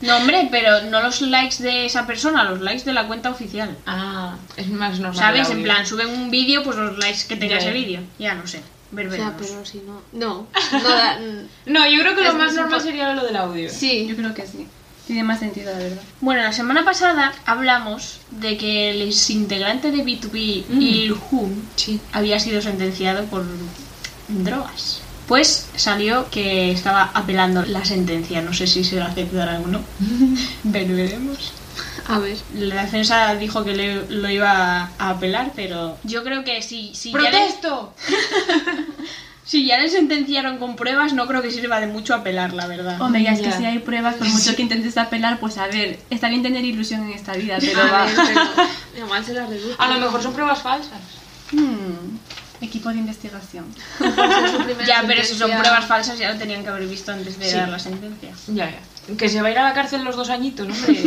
Speaker 1: No, hombre, pero no los likes de esa persona, los likes de la cuenta oficial.
Speaker 2: Ah, es más normal.
Speaker 1: ¿Sabes?
Speaker 2: el
Speaker 1: En
Speaker 2: audio.
Speaker 1: plan, suben un vídeo, pues los likes que tenga
Speaker 2: Ya,
Speaker 1: ese
Speaker 2: ya.
Speaker 1: vídeo. Ya no sé. Ver,
Speaker 3: O sea,
Speaker 1: veremos.
Speaker 3: pero si no. No, no da- mm,
Speaker 2: No, yo creo que lo
Speaker 3: Es
Speaker 2: más
Speaker 3: más
Speaker 2: normal
Speaker 3: impor-
Speaker 2: sería lo del audio.
Speaker 4: Yo
Speaker 3: Sí.
Speaker 4: creo que sí. Tiene más sentido, la verdad.
Speaker 1: Bueno, la semana pasada hablamos de que el integrante de B2B,
Speaker 2: Mm.
Speaker 1: Il Hum,
Speaker 2: Sí.
Speaker 1: había sido sentenciado por drogas. Pues salió que estaba apelando la sentencia. No sé si se la aceptará o no. Ver, veremos.
Speaker 3: A ver.
Speaker 1: La defensa dijo que le- lo iba a apelar, pero yo creo que si, si, ya le,
Speaker 2: ¡Protesto!
Speaker 1: si ya le sentenciaron con pruebas, no creo que sirva de mucho apelar, la verdad.
Speaker 4: Hombre, ya es que
Speaker 2: Ah, Ya.
Speaker 4: si hay pruebas, por mucho que intentes apelar, pues a ver, está bien tener ilusión en esta vida, pero
Speaker 3: A
Speaker 4: va.
Speaker 3: ver, pero igual se las rebusca.
Speaker 2: A lo mejor son pruebas falsas.
Speaker 4: Hmm, Equipo de investigación.
Speaker 1: Ya, pero si son pruebas falsas ya lo tenían que haber visto antes de dar la sentencia.
Speaker 2: Ya, ya. Que se va a ir a la cárcel los dos añitos, hombre.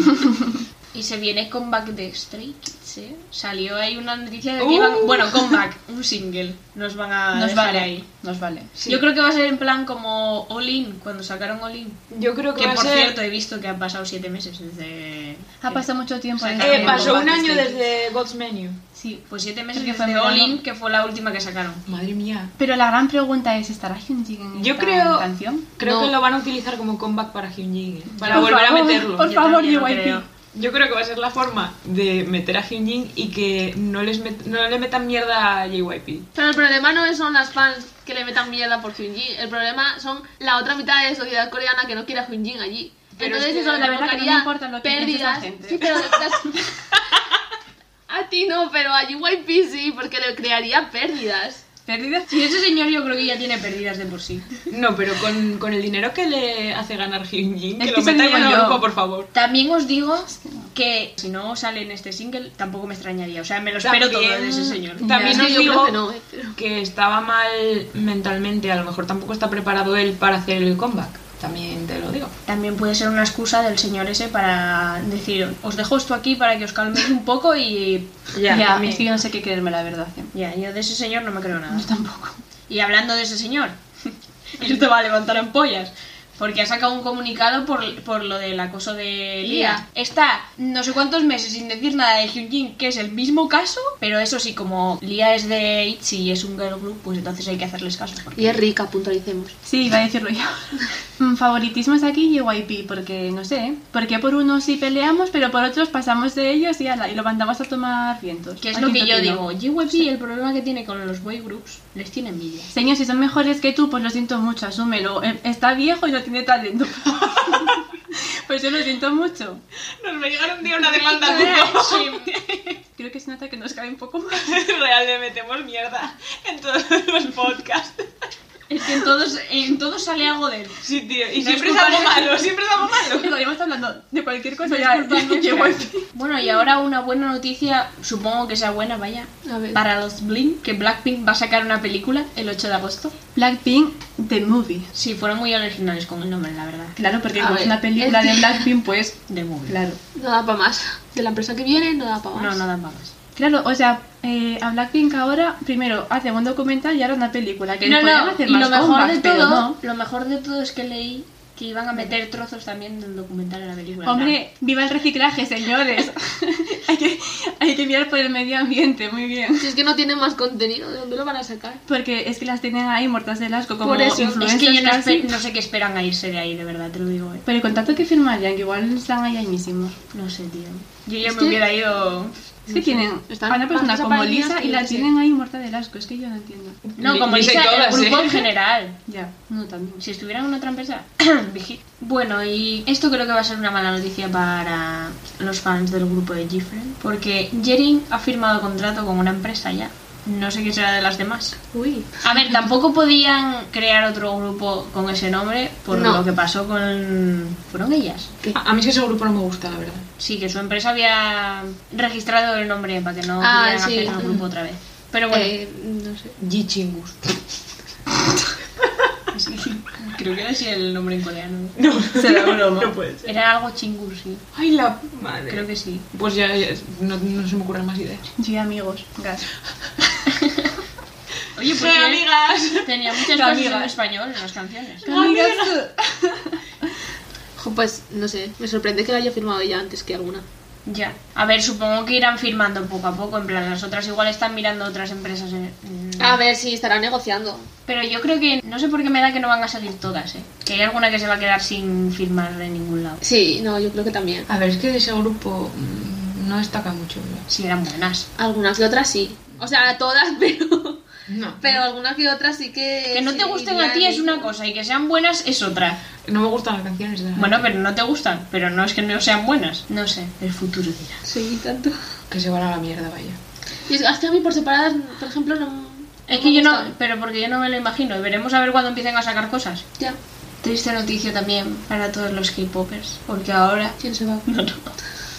Speaker 1: Y se viene comeback de Stray Kids, ¿eh? Salió ahí una noticia de que
Speaker 2: Uh.
Speaker 1: iban... Bueno, comeback, un single. Nos van a
Speaker 4: Nos
Speaker 1: dejar
Speaker 4: vale.
Speaker 1: ahí.
Speaker 4: Nos vale.
Speaker 2: Sí.
Speaker 1: Yo creo que va a ser en plan como All In, cuando sacaron All In.
Speaker 2: Yo creo que,
Speaker 1: Que
Speaker 2: va a
Speaker 1: por
Speaker 2: ser- eh,
Speaker 1: cierto, he visto que han pasado siete meses desde...
Speaker 4: Ha pasado mucho tiempo.
Speaker 1: O sea,
Speaker 4: desde
Speaker 2: Eh,
Speaker 1: que
Speaker 2: pasó
Speaker 4: Bomba
Speaker 2: un año
Speaker 4: Distinct.
Speaker 2: desde God's Menu.
Speaker 1: Sí, pues siete meses
Speaker 4: Creo que fue
Speaker 1: desde
Speaker 4: en
Speaker 1: All
Speaker 4: verano.
Speaker 1: In, que fue la última que sacaron.
Speaker 2: Madre mía.
Speaker 4: Pero la gran pregunta es, ¿estará Hyunjin en
Speaker 2: Yo
Speaker 4: esta
Speaker 2: creo-
Speaker 4: canción?
Speaker 2: Creo
Speaker 3: No.
Speaker 2: que lo van a utilizar como comeback para Hyunjin. ¿eh? Para
Speaker 4: Por
Speaker 2: volver
Speaker 4: favor,
Speaker 2: a meterlo.
Speaker 4: Por
Speaker 1: Yo
Speaker 4: favor,
Speaker 1: también lo
Speaker 4: JYP.
Speaker 1: creo.
Speaker 2: Yo creo que va a ser la forma de meter a Hyunjin y que no, les met- no le metan mierda a JYP.
Speaker 3: Pero el problema no son las fans que le metan mierda por Hyunjin. El problema son la otra mitad de la sociedad coreana que no quiere a Hyunjin allí.
Speaker 2: Pero
Speaker 3: Entonces
Speaker 2: es que
Speaker 3: eso le
Speaker 4: la verdad que no me
Speaker 3: provocaría
Speaker 4: importa lo que piense esa
Speaker 3: pérdidas.
Speaker 4: gente.
Speaker 3: Sí, pero las- A ti no, pero a YYP sí, porque le crearía pérdidas.
Speaker 4: ¿Pérdidas?
Speaker 1: Sí, ese señor yo creo que ya tiene pérdidas de por sí.
Speaker 2: No, pero con, con el dinero que le hace ganar Hyunjin,
Speaker 4: Es
Speaker 2: que
Speaker 4: que
Speaker 2: lo
Speaker 4: se
Speaker 2: meta
Speaker 4: lo
Speaker 2: en el
Speaker 4: digo yo.
Speaker 2: grupo, por favor.
Speaker 1: También os digo que si no sale en este single, tampoco me extrañaría. O sea, me lo espero todo
Speaker 2: También-
Speaker 1: de ese señor.
Speaker 2: También
Speaker 4: Ya.
Speaker 3: Es
Speaker 2: os
Speaker 3: que yo
Speaker 2: digo
Speaker 3: creo que no, eh, pero-
Speaker 2: que estaba mal mentalmente, a lo mejor tampoco está preparado él para hacer el comeback. También te lo digo.
Speaker 1: También puede ser una excusa del señor ese para decir, os dejo esto aquí para que os calméis un poco y...
Speaker 4: Ya,
Speaker 1: también.
Speaker 4: es que yo no sé qué creerme, la verdad. eh.
Speaker 1: Ya, yo de ese señor no me creo nada.
Speaker 4: Yo tampoco.
Speaker 1: Y hablando de ese señor, esto va a levantar ampollas. Porque ha sacado un comunicado por, por lo del acoso de Lía. Está no sé cuántos meses sin decir nada de Hyunjin, que es el mismo caso, pero eso sí, como Lía es de ITZY y es un girl group, pues entonces hay que hacerles caso. porque-
Speaker 3: Y es rica, puntualicemos.
Speaker 4: Sí, iba a decirlo yo. Mm, Favoritismos aquí YYP, porque no sé, ¿eh? porque por unos sí peleamos, pero por otros pasamos de ellos y, ala, y lo mandamos a tomar vientos.
Speaker 1: Que es
Speaker 4: A
Speaker 1: lo que
Speaker 4: quinto
Speaker 1: yo
Speaker 4: pino.
Speaker 1: digo. JYP, el problema que tiene con los boy groups, les tiene envidia.
Speaker 4: Señor, si son mejores que tú, pues lo siento mucho, asúmelo. Eh, Está viejo y no tiene talento. pues yo lo siento mucho.
Speaker 2: Nos va a llegar un día una demanda
Speaker 4: Creo que se nota que nos cae un poco más.
Speaker 2: Real, le metemos mierda en todos los podcasts.
Speaker 1: Es que en todos, en todos sale algo de él.
Speaker 2: Sí, tío. Y
Speaker 1: No
Speaker 2: siempre
Speaker 1: es
Speaker 2: es
Speaker 1: culpa
Speaker 2: algo
Speaker 1: de-
Speaker 2: malo, siempre es algo malo.
Speaker 4: Estaríamos hablando de cualquier
Speaker 1: Pues
Speaker 4: cosa ya. YYP.
Speaker 1: Bueno, y ahora una buena noticia, supongo que sea buena, vaya.
Speaker 3: A ver.
Speaker 1: Para los Blink, que Blackpink va a sacar una película el 8 de agosto.
Speaker 4: Blackpink The Movie.
Speaker 1: Sí, fueron muy originales con el nombre, la verdad.
Speaker 4: Claro, porque
Speaker 3: A
Speaker 4: como
Speaker 3: ver,
Speaker 4: es una película
Speaker 3: es
Speaker 4: de
Speaker 3: que-
Speaker 4: Blackpink, pues
Speaker 1: De movie.
Speaker 4: claro.
Speaker 3: No da para más. De la empresa que viene, no da para
Speaker 1: No,
Speaker 3: más.
Speaker 1: nada más.
Speaker 4: Claro, o sea, eh, a Blackpink ahora primero hace un documental y ahora una película. Que
Speaker 1: No,
Speaker 4: podrían
Speaker 1: no,
Speaker 4: hacer
Speaker 1: y lo
Speaker 4: más
Speaker 1: mejor
Speaker 4: comebacks,
Speaker 1: de
Speaker 4: pero
Speaker 1: todo,
Speaker 4: no.
Speaker 1: lo mejor de todo es que leí que iban a meter trozos también del documental en la película.
Speaker 4: Hombre, viva el reciclaje, señores. hay, que, hay que mirar por el medio ambiente, muy bien.
Speaker 3: Si es que no tiene más contenido, ¿de dónde lo van a sacar?
Speaker 4: Porque es que las tienen ahí muertas del asco, como
Speaker 3: Por eso,
Speaker 1: En
Speaker 3: es que
Speaker 1: plan, es que
Speaker 4: influencers
Speaker 1: yo no,
Speaker 4: casi.
Speaker 1: espe- no sé qué esperan a irse de ahí, de verdad, te lo digo. eh.
Speaker 4: Pero el contrato que firmarían, que igual están ahí ahí mismo.
Speaker 1: No sé, tío. Yo ya
Speaker 3: Es
Speaker 1: me
Speaker 3: que-
Speaker 1: hubiera ido...
Speaker 4: Es que tienen
Speaker 3: Están
Speaker 4: a una persona
Speaker 3: más
Speaker 4: como
Speaker 3: desaparecidas
Speaker 4: Lisa
Speaker 3: que
Speaker 4: y
Speaker 3: yo
Speaker 4: la
Speaker 3: qué sé.
Speaker 4: tienen ahí muerta del asco, es que yo no entiendo.
Speaker 1: No,
Speaker 2: Ni-
Speaker 1: como
Speaker 2: ni sé
Speaker 1: Lisa, el
Speaker 2: todas,
Speaker 1: grupo
Speaker 2: ¿eh?
Speaker 1: en general.
Speaker 4: Ya, no tanto.
Speaker 1: Si estuvieran en otra empresa, vigil. Bueno, y esto creo que va a ser una mala noticia para los fans del grupo de Gifren, porque Jerin ha firmado contrato con una empresa ya. No sé qué será de las demás.
Speaker 3: Uy.
Speaker 1: A ver, tampoco podían crear otro grupo con ese nombre por
Speaker 3: No.
Speaker 1: lo que pasó con... ¿Fueron ellas?
Speaker 2: A a mí es que ese grupo no me gusta, la verdad.
Speaker 1: Sí, que su empresa había registrado el nombre para que no
Speaker 3: Ah,
Speaker 1: pudieran
Speaker 3: sí.
Speaker 1: hacer el grupo otra vez. Pero bueno,
Speaker 3: Eh, no sé.
Speaker 2: G-Chingus.
Speaker 1: sí, creo creo que era así el nombre en coreano.
Speaker 2: No,
Speaker 4: Será broma.
Speaker 2: no puede ser.
Speaker 1: Era algo chingur, sí.
Speaker 2: Ay, la madre.
Speaker 1: Creo que sí.
Speaker 2: Pues ya, ya, no, no se me ocurren más ideas.
Speaker 4: Sí, amigos, gas.
Speaker 1: Oye,
Speaker 2: Sí,
Speaker 1: pues él
Speaker 2: amigas.
Speaker 1: tenía muchas
Speaker 4: Amigas.
Speaker 1: cosas en español en las canciones.
Speaker 2: Amigas.
Speaker 3: Jo, pues no sé, me sorprende que la haya firmado ella antes que alguna.
Speaker 1: Ya. A ver, supongo que irán firmando poco a poco. En plan, las otras igual están mirando otras empresas. eh. Mm.
Speaker 3: A ver si estará negociando.
Speaker 1: Pero yo creo que. No sé por qué me da que no van a salir todas, ¿eh? Que hay alguna que se va a quedar sin firmar de ningún lado.
Speaker 3: Sí, no, yo creo que también.
Speaker 2: A ver, es que de ese grupo mm, no destaca mucho. ¿no?
Speaker 1: Si eran buenas.
Speaker 3: Algunas que otras sí. O sea, todas, pero.
Speaker 2: No.
Speaker 3: Pero algunas que otras sí que.
Speaker 1: Que no te
Speaker 3: sí,
Speaker 1: gusten a ti
Speaker 3: irían
Speaker 1: es
Speaker 3: y-
Speaker 1: una cosa y que sean buenas es otra.
Speaker 2: No me gustan las canciones de la-
Speaker 1: Bueno, pero no te gustan. Pero no es que no sean buenas. No sé, el futuro dirá.
Speaker 3: Sí, tanto.
Speaker 2: Que se van a la mierda, vaya.
Speaker 3: Y es, es que a mí por separadas, por ejemplo, no.
Speaker 1: Es
Speaker 3: no
Speaker 1: que
Speaker 3: me
Speaker 1: yo no,
Speaker 3: gustan.
Speaker 1: pero porque yo no me lo imagino. Y veremos a ver cuándo empiecen a sacar cosas.
Speaker 3: Ya,
Speaker 1: Triste noticia también para todos los K-popers, porque ahora.
Speaker 3: ¿quién se va?
Speaker 1: No, no.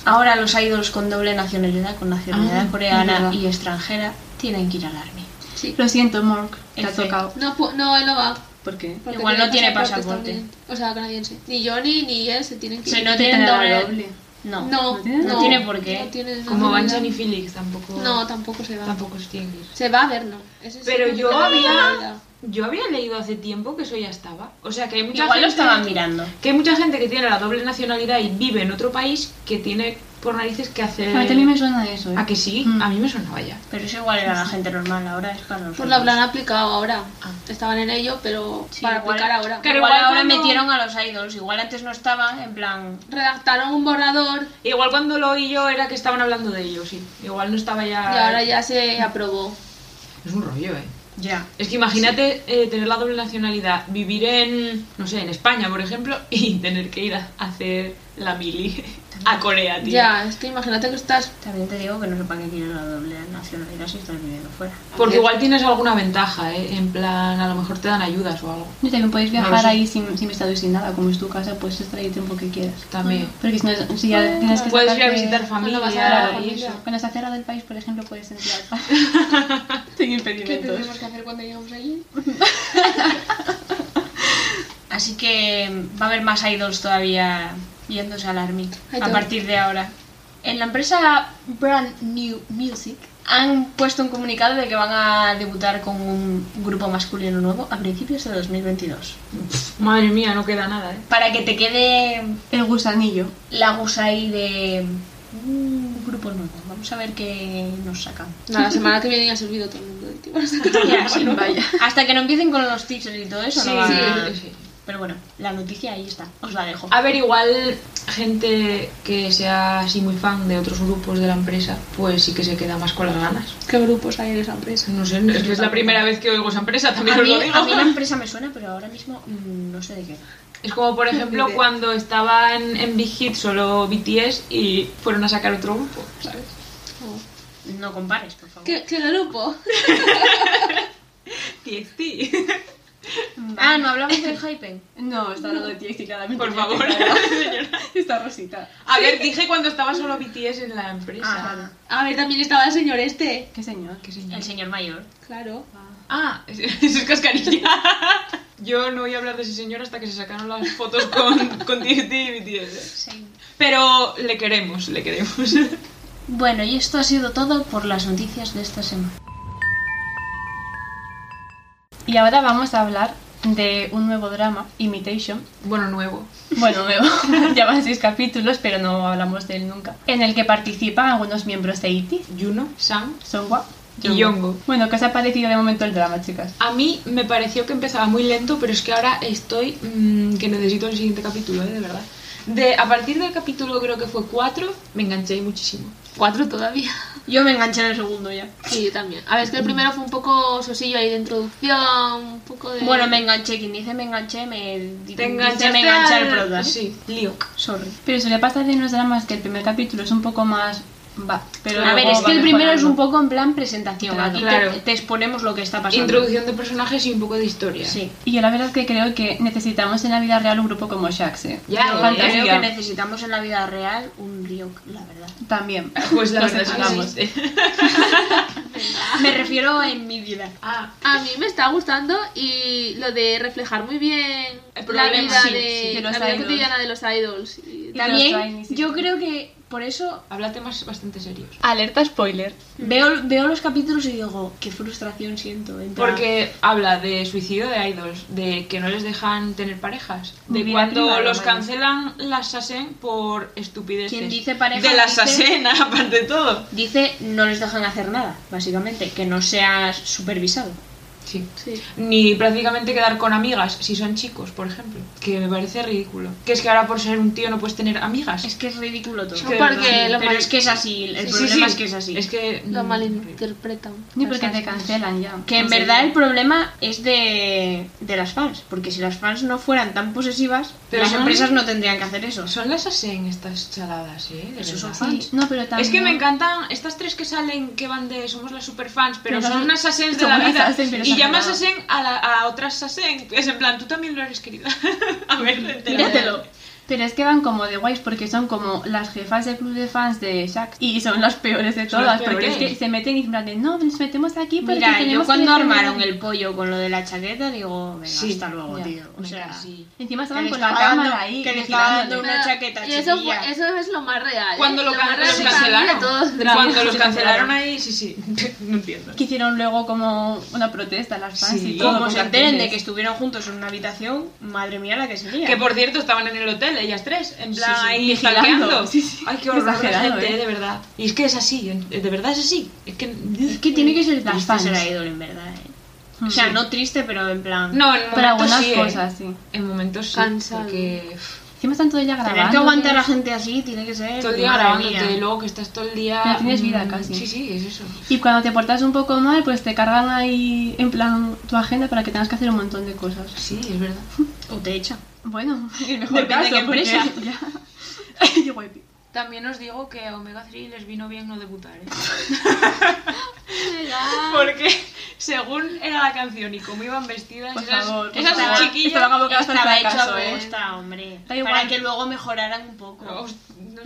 Speaker 1: Ahora los idols con doble nacionalidad, con nacionalidad
Speaker 2: Ah, es
Speaker 1: coreana
Speaker 2: verdad.
Speaker 1: y extranjera, tienen que ir al army.
Speaker 3: Sí.
Speaker 4: Lo siento, Mark, te ha
Speaker 1: F.
Speaker 4: tocado.
Speaker 3: No, pu- no, él no va.
Speaker 4: ¿Por qué?
Speaker 3: porque
Speaker 1: Igual no tiene pasaporte.
Speaker 3: también. O sea, canadiense. Ni Johnny ni él se tienen que
Speaker 1: Si
Speaker 3: ir.
Speaker 1: no
Speaker 4: Que
Speaker 1: tienen
Speaker 4: tenerá
Speaker 1: doble.
Speaker 4: doble.
Speaker 1: No.
Speaker 3: No,
Speaker 4: no tiene-
Speaker 3: no,
Speaker 1: no tiene por qué.
Speaker 3: No tiene
Speaker 2: Como
Speaker 3: nacionalidad.
Speaker 2: Banchan y Felix tampoco.
Speaker 3: No, tampoco se va.
Speaker 2: Tampoco se tienen que ir.
Speaker 3: Se va a ver, no. Ese sí
Speaker 2: Pero
Speaker 3: que
Speaker 2: yo
Speaker 3: tiene
Speaker 2: había,
Speaker 3: nacionalidad.
Speaker 2: yo había leído hace tiempo que eso ya estaba. O sea, que hay mucha
Speaker 1: Igual lo
Speaker 2: gente,
Speaker 1: estaban mirando.
Speaker 2: Que hay mucha gente que tiene la doble nacionalidad y vive en otro país que tiene por narices que hacer...
Speaker 4: A mí también me suena eso, ¿eh?
Speaker 2: ¿A que sí?
Speaker 4: Mm.
Speaker 2: A mí me sonaba ya.
Speaker 1: Pero eso igual era la gente normal, ahora es para los.
Speaker 3: Pues lo
Speaker 1: idols.
Speaker 3: habrán aplicado ahora.
Speaker 2: Ah.
Speaker 3: Estaban en ello, pero
Speaker 1: Sí,
Speaker 3: para
Speaker 1: igual-
Speaker 3: aplicar ahora.
Speaker 2: Claro,
Speaker 1: igual
Speaker 2: igual
Speaker 1: ahora
Speaker 2: cuando-
Speaker 1: metieron a los idols, igual antes no estaban, en plan.
Speaker 3: Redactaron un borrador
Speaker 2: Igual cuando lo oí yo era que estaban hablando de ello, sí. Igual no estaba ya...
Speaker 3: y
Speaker 1: Ah.
Speaker 3: ahora ya se aprobó.
Speaker 2: Es un rollo, ¿eh?
Speaker 1: Ya.
Speaker 2: Es que imagínate eh, tener la doble nacionalidad, vivir en, no sé, en España, por ejemplo, y tener que ir a hacer la mili a Corea, tío.
Speaker 3: Ya, es que imagínate que estás.
Speaker 1: También te digo que no sepan que quieren la doble nacionalidad si estás viviendo fuera.
Speaker 2: Porque igual tienes alguna ventaja, ¿eh? En plan, a lo mejor te dan ayudas o algo.
Speaker 4: Y también podéis
Speaker 2: No lo
Speaker 4: viajar
Speaker 2: sé.
Speaker 4: ahí sin, sin visado y sin nada. Como es tu casa, puedes estar ahí el tiempo que quieras.
Speaker 2: También.
Speaker 4: Porque si, no, si ya tienes
Speaker 3: Mm.
Speaker 4: que
Speaker 2: Puedes ir a
Speaker 4: sacarte-
Speaker 2: visitar familia.
Speaker 3: cuando vas a la
Speaker 2: y
Speaker 3: familia.
Speaker 2: eso.
Speaker 4: Cuando estás fuera del país, por ejemplo, puedes entrar sin impedimentos.
Speaker 3: que hacer cuando llegamos allí?
Speaker 1: Así que mm, va a haber más idols todavía yéndose al ARMY
Speaker 3: Ay,
Speaker 1: a
Speaker 3: todo.
Speaker 1: partir de ahora. En la empresa Brand New Music han puesto un comunicado de que van a debutar con un grupo masculino nuevo a principios de 2022.
Speaker 2: Madre mía, no queda nada, ¿eh?
Speaker 1: Para que te quede
Speaker 4: El gusanillo.
Speaker 1: la gusa ahí de un grupo nuevo. Vamos a ver qué nos sacan.
Speaker 3: No, la semana que viene ya se olvidó todo el mundo de ti.
Speaker 1: Ya, sí.
Speaker 4: Vaya.
Speaker 1: Hasta que no empiecen con los teasers y todo eso. no van a-
Speaker 2: sí, sí.
Speaker 1: Pero bueno, la noticia ahí está. Os la dejo.
Speaker 2: A ver, igual gente que sea así muy fan de otros grupos de la empresa, pues sí que se queda más con las ganas.
Speaker 3: ¿Qué grupos hay en esa empresa?
Speaker 2: No sé, es que es la primera vez que oigo esa empresa, también
Speaker 1: a
Speaker 2: os
Speaker 1: mí,
Speaker 2: lo digo.
Speaker 1: a mí la empresa me suena, pero ahora mismo mm, no sé de qué.
Speaker 2: Es como, por ejemplo,
Speaker 3: Idea.
Speaker 2: cuando estaban en Big Hit solo BTS y fueron a sacar otro grupo, ¿sabes?
Speaker 1: No compares, por favor.
Speaker 3: ¿Qué, qué grupo?
Speaker 2: TXT.
Speaker 1: Ah, no hablamos del hype.
Speaker 4: No, está hablando de TXT claramente.
Speaker 2: Por favor, señora.
Speaker 4: Está Rosita.
Speaker 2: A ver, dije cuando estaba solo BTS en la
Speaker 1: Ah,
Speaker 2: empresa.
Speaker 3: A ver, también estaba el señor este.
Speaker 4: Qué señor.
Speaker 2: ¿Qué señor?
Speaker 1: El señor mayor.
Speaker 3: Claro.
Speaker 2: Ah, eso es cascarilla. Yo no voy a hablar de ese señor hasta que se sacaron las fotos con, con TXT y BTS.
Speaker 1: Sí.
Speaker 2: Pero le queremos, le queremos.
Speaker 1: Bueno, y esto ha sido todo por las noticias de esta semana.
Speaker 4: Y ahora vamos a hablar de un nuevo drama, Imitation.
Speaker 2: Bueno, nuevo.
Speaker 4: Bueno, nuevo. ya van seis capítulos, pero no hablamos de él nunca. En el que participan algunos miembros de E IT.
Speaker 2: Juno, Sam.
Speaker 4: Songwa
Speaker 2: Y Yongo.
Speaker 4: Bueno, ¿qué os ha parecido de momento el drama, chicas?
Speaker 2: A mí me pareció que empezaba muy lento, pero es que ahora estoy mm, que necesito el siguiente capítulo, ¿eh? de verdad. De, a partir del capítulo creo que fue 4, me enganché muchísimo.
Speaker 3: Cuatro todavía.
Speaker 1: Yo me enganché en el segundo ya.
Speaker 3: Sí, yo también. A ver, es que el primero fue un poco sosillo ahí de introducción, un poco de...
Speaker 1: Bueno, me enganché. Quien dice me enganché, me dice me enganché
Speaker 2: enganchar
Speaker 1: al prota.
Speaker 2: Sí, Liok.
Speaker 1: Sorry.
Speaker 4: Pero suele pasar en los dramas que el primer capítulo es un poco más... Va, pero
Speaker 1: A ver,
Speaker 4: luego
Speaker 1: es que
Speaker 4: va
Speaker 1: el primero es
Speaker 4: mejorando.
Speaker 1: un poco en plan presentación.
Speaker 4: Claro.
Speaker 1: Aquí te-
Speaker 2: Claro.
Speaker 1: te, exponemos lo que está pasando.
Speaker 2: Introducción de personajes y un poco de historia.
Speaker 1: Sí.
Speaker 4: Y yo la verdad es que creo que necesitamos en la vida real un grupo como Shax, ¿eh?
Speaker 2: Ya,
Speaker 1: Yo
Speaker 2: eh,
Speaker 1: creo
Speaker 2: ya.
Speaker 1: que necesitamos en la vida real un Ryok, la verdad.
Speaker 4: También.
Speaker 2: Pues la
Speaker 4: Los
Speaker 2: verdad es
Speaker 4: dejamos.
Speaker 2: que sí.
Speaker 1: Me refiero en mi vida.
Speaker 2: Ah,
Speaker 3: A mí me está gustando y lo de reflejar muy bien
Speaker 2: El
Speaker 3: la
Speaker 2: problema
Speaker 3: vida,
Speaker 1: sí,
Speaker 3: de,
Speaker 4: de los
Speaker 3: la vida
Speaker 4: idols.
Speaker 3: cotidiana de los idols. Y-
Speaker 4: La- traen
Speaker 1: También
Speaker 4: y sí.
Speaker 1: yo creo que por eso
Speaker 2: Habla temas bastante serios.
Speaker 4: Alerta spoiler.
Speaker 1: veo, veo los capítulos y digo, qué frustración siento. en plan-
Speaker 2: Porque habla de suicidio de idols, de que no les dejan tener parejas, de
Speaker 4: Vida
Speaker 2: cuando
Speaker 4: privada,
Speaker 2: los
Speaker 4: vaya.
Speaker 2: cancelan las Sasen por estupideces.
Speaker 1: Quien dice pareja
Speaker 2: De las
Speaker 1: dice-
Speaker 2: Sasen, aparte de todo.
Speaker 1: dice no les dejan hacer nada, básicamente, que no seas supervisado.
Speaker 2: Sí.
Speaker 3: Sí.
Speaker 2: Ni prácticamente quedar con amigas, si son chicos, por ejemplo. Que me parece ridículo. Que es que ahora por ser un tío no puedes tener amigas.
Speaker 1: Es que es ridículo todo.
Speaker 2: Es que-
Speaker 3: No, porque
Speaker 2: sí,
Speaker 3: lo,
Speaker 1: Pero
Speaker 3: mal-
Speaker 1: es que es así, el
Speaker 2: Sí, sí,
Speaker 1: problema
Speaker 2: sí.
Speaker 1: es que es así.
Speaker 2: Es que.
Speaker 3: lo
Speaker 2: mm,
Speaker 3: malinterpretan.
Speaker 4: Ni porque
Speaker 3: Las
Speaker 4: te
Speaker 3: fans.
Speaker 4: cancelan ya.
Speaker 1: Que en
Speaker 4: serio.
Speaker 1: verdad el problema es de, de las fans, porque si las fans no fueran tan posesivas,
Speaker 2: Pero
Speaker 1: las
Speaker 2: son-
Speaker 1: empresas no tendrían que hacer eso.
Speaker 2: Son las Sasen estas chaladas, ¿eh? De
Speaker 1: Eso son
Speaker 2: verdad.
Speaker 4: Sí, no, pero también.
Speaker 2: Es que me encantan estas tres que salen que van de somos las superfans, pero
Speaker 4: Pero
Speaker 2: son
Speaker 4: son-
Speaker 2: unas asens de
Speaker 4: son
Speaker 2: la
Speaker 4: unas
Speaker 2: vida.
Speaker 4: asens, pero
Speaker 2: y
Speaker 4: son
Speaker 2: llamas
Speaker 4: nada.
Speaker 2: asen a, la- a otras asen. Es en plan, tú también lo eres, querida. a ver, entérate.
Speaker 1: Míratelo.
Speaker 4: Pero es que van como de guays porque son como las jefas del club de fans de Shaq y son las peores de
Speaker 2: Son
Speaker 4: todas
Speaker 2: las
Speaker 4: porque es
Speaker 2: peores.
Speaker 4: que se meten y en plan de no, nos metemos aquí porque
Speaker 1: Mira, yo
Speaker 4: tenemos
Speaker 1: cuando
Speaker 4: que defender".
Speaker 1: armaron el pollo con lo de la chaqueta, digo, venga,
Speaker 2: Sí,
Speaker 1: hasta luego,
Speaker 4: ya.
Speaker 1: tío. O
Speaker 2: Venga,
Speaker 1: sea,
Speaker 2: sí.
Speaker 4: Encima
Speaker 1: que le
Speaker 4: estaban con la
Speaker 1: estaba dando-
Speaker 4: cámara ahí
Speaker 1: que le estaba
Speaker 4: vigilándole.
Speaker 1: dando una chaqueta,
Speaker 3: Y eso,
Speaker 1: chiquilla.
Speaker 3: fue- eso es lo más real.
Speaker 2: Cuando
Speaker 3: ¿eh?
Speaker 2: lo, can-
Speaker 3: más
Speaker 2: los
Speaker 3: real de
Speaker 2: cancelaron.
Speaker 3: todos los
Speaker 2: Cuando
Speaker 3: dramas.
Speaker 2: los
Speaker 4: Sí,
Speaker 2: cancelaron
Speaker 4: cancelaron.
Speaker 2: ahí, sí, sí. no entiendo.
Speaker 4: Que hicieron luego como una protesta las fans
Speaker 2: Sí.
Speaker 4: y todo.
Speaker 1: Como
Speaker 4: con
Speaker 1: se enteren de
Speaker 4: carteles.
Speaker 1: que estuvieron juntos en una habitación, madre mía la que sería.
Speaker 2: Que por cierto estaban en el hotel, ellas tres, en plan
Speaker 1: Sí, sí,
Speaker 2: ahí
Speaker 4: vigilando.
Speaker 2: stalkeando.
Speaker 4: Sí, sí.
Speaker 2: Ay, qué horror, la
Speaker 4: Exagerado,
Speaker 2: gente,
Speaker 4: ¿eh?
Speaker 2: de verdad. Y es que es así, en- de verdad es así. Es que.
Speaker 1: Es que tiene que ser
Speaker 4: Las
Speaker 1: triste
Speaker 4: fans.
Speaker 1: ser idol, en verdad. ¿eh? O sea,
Speaker 4: Mm, Sí.
Speaker 1: no triste, pero en plan.
Speaker 2: No, en momentos
Speaker 4: Para algunas
Speaker 2: sí. eh.
Speaker 4: cosas, sí.
Speaker 2: En momentos sí.
Speaker 3: Cansado.
Speaker 2: Porque. uff,
Speaker 4: Encima están todo el día grabando.
Speaker 1: Tener que aguantar a la gente así tiene que ser.
Speaker 2: Todo el día
Speaker 1: madre
Speaker 2: grabándote,
Speaker 1: mía.
Speaker 2: luego que estás todo el día.
Speaker 4: No tienes vida
Speaker 2: mm,
Speaker 4: casi.
Speaker 2: Sí, sí, es eso.
Speaker 4: Y cuando te portas un poco mal, pues te cargan ahí en plan tu agenda para que tengas que hacer un montón de cosas.
Speaker 2: Sí, es verdad.
Speaker 1: O te echa.
Speaker 4: Bueno, el mejor
Speaker 1: Depende de
Speaker 4: caso,
Speaker 1: qué
Speaker 4: porque
Speaker 1: empresa.
Speaker 4: ya. Ay, qué guay.
Speaker 2: También os digo que a Omega 3 les vino bien no debutar, ¿eh?
Speaker 3: Legal.
Speaker 2: Porque según era la canción y cómo iban vestidas,
Speaker 4: Por
Speaker 2: esas,
Speaker 4: favor, por
Speaker 2: esas
Speaker 4: favor. Estaba
Speaker 2: chiquillas.
Speaker 4: como- Porque hasta el
Speaker 1: Estaba hecho
Speaker 4: fracaso,
Speaker 1: a
Speaker 4: ¿eh?
Speaker 1: posta, hombre.
Speaker 4: Da igual.
Speaker 1: Para que luego mejoraran un poco.
Speaker 2: No, no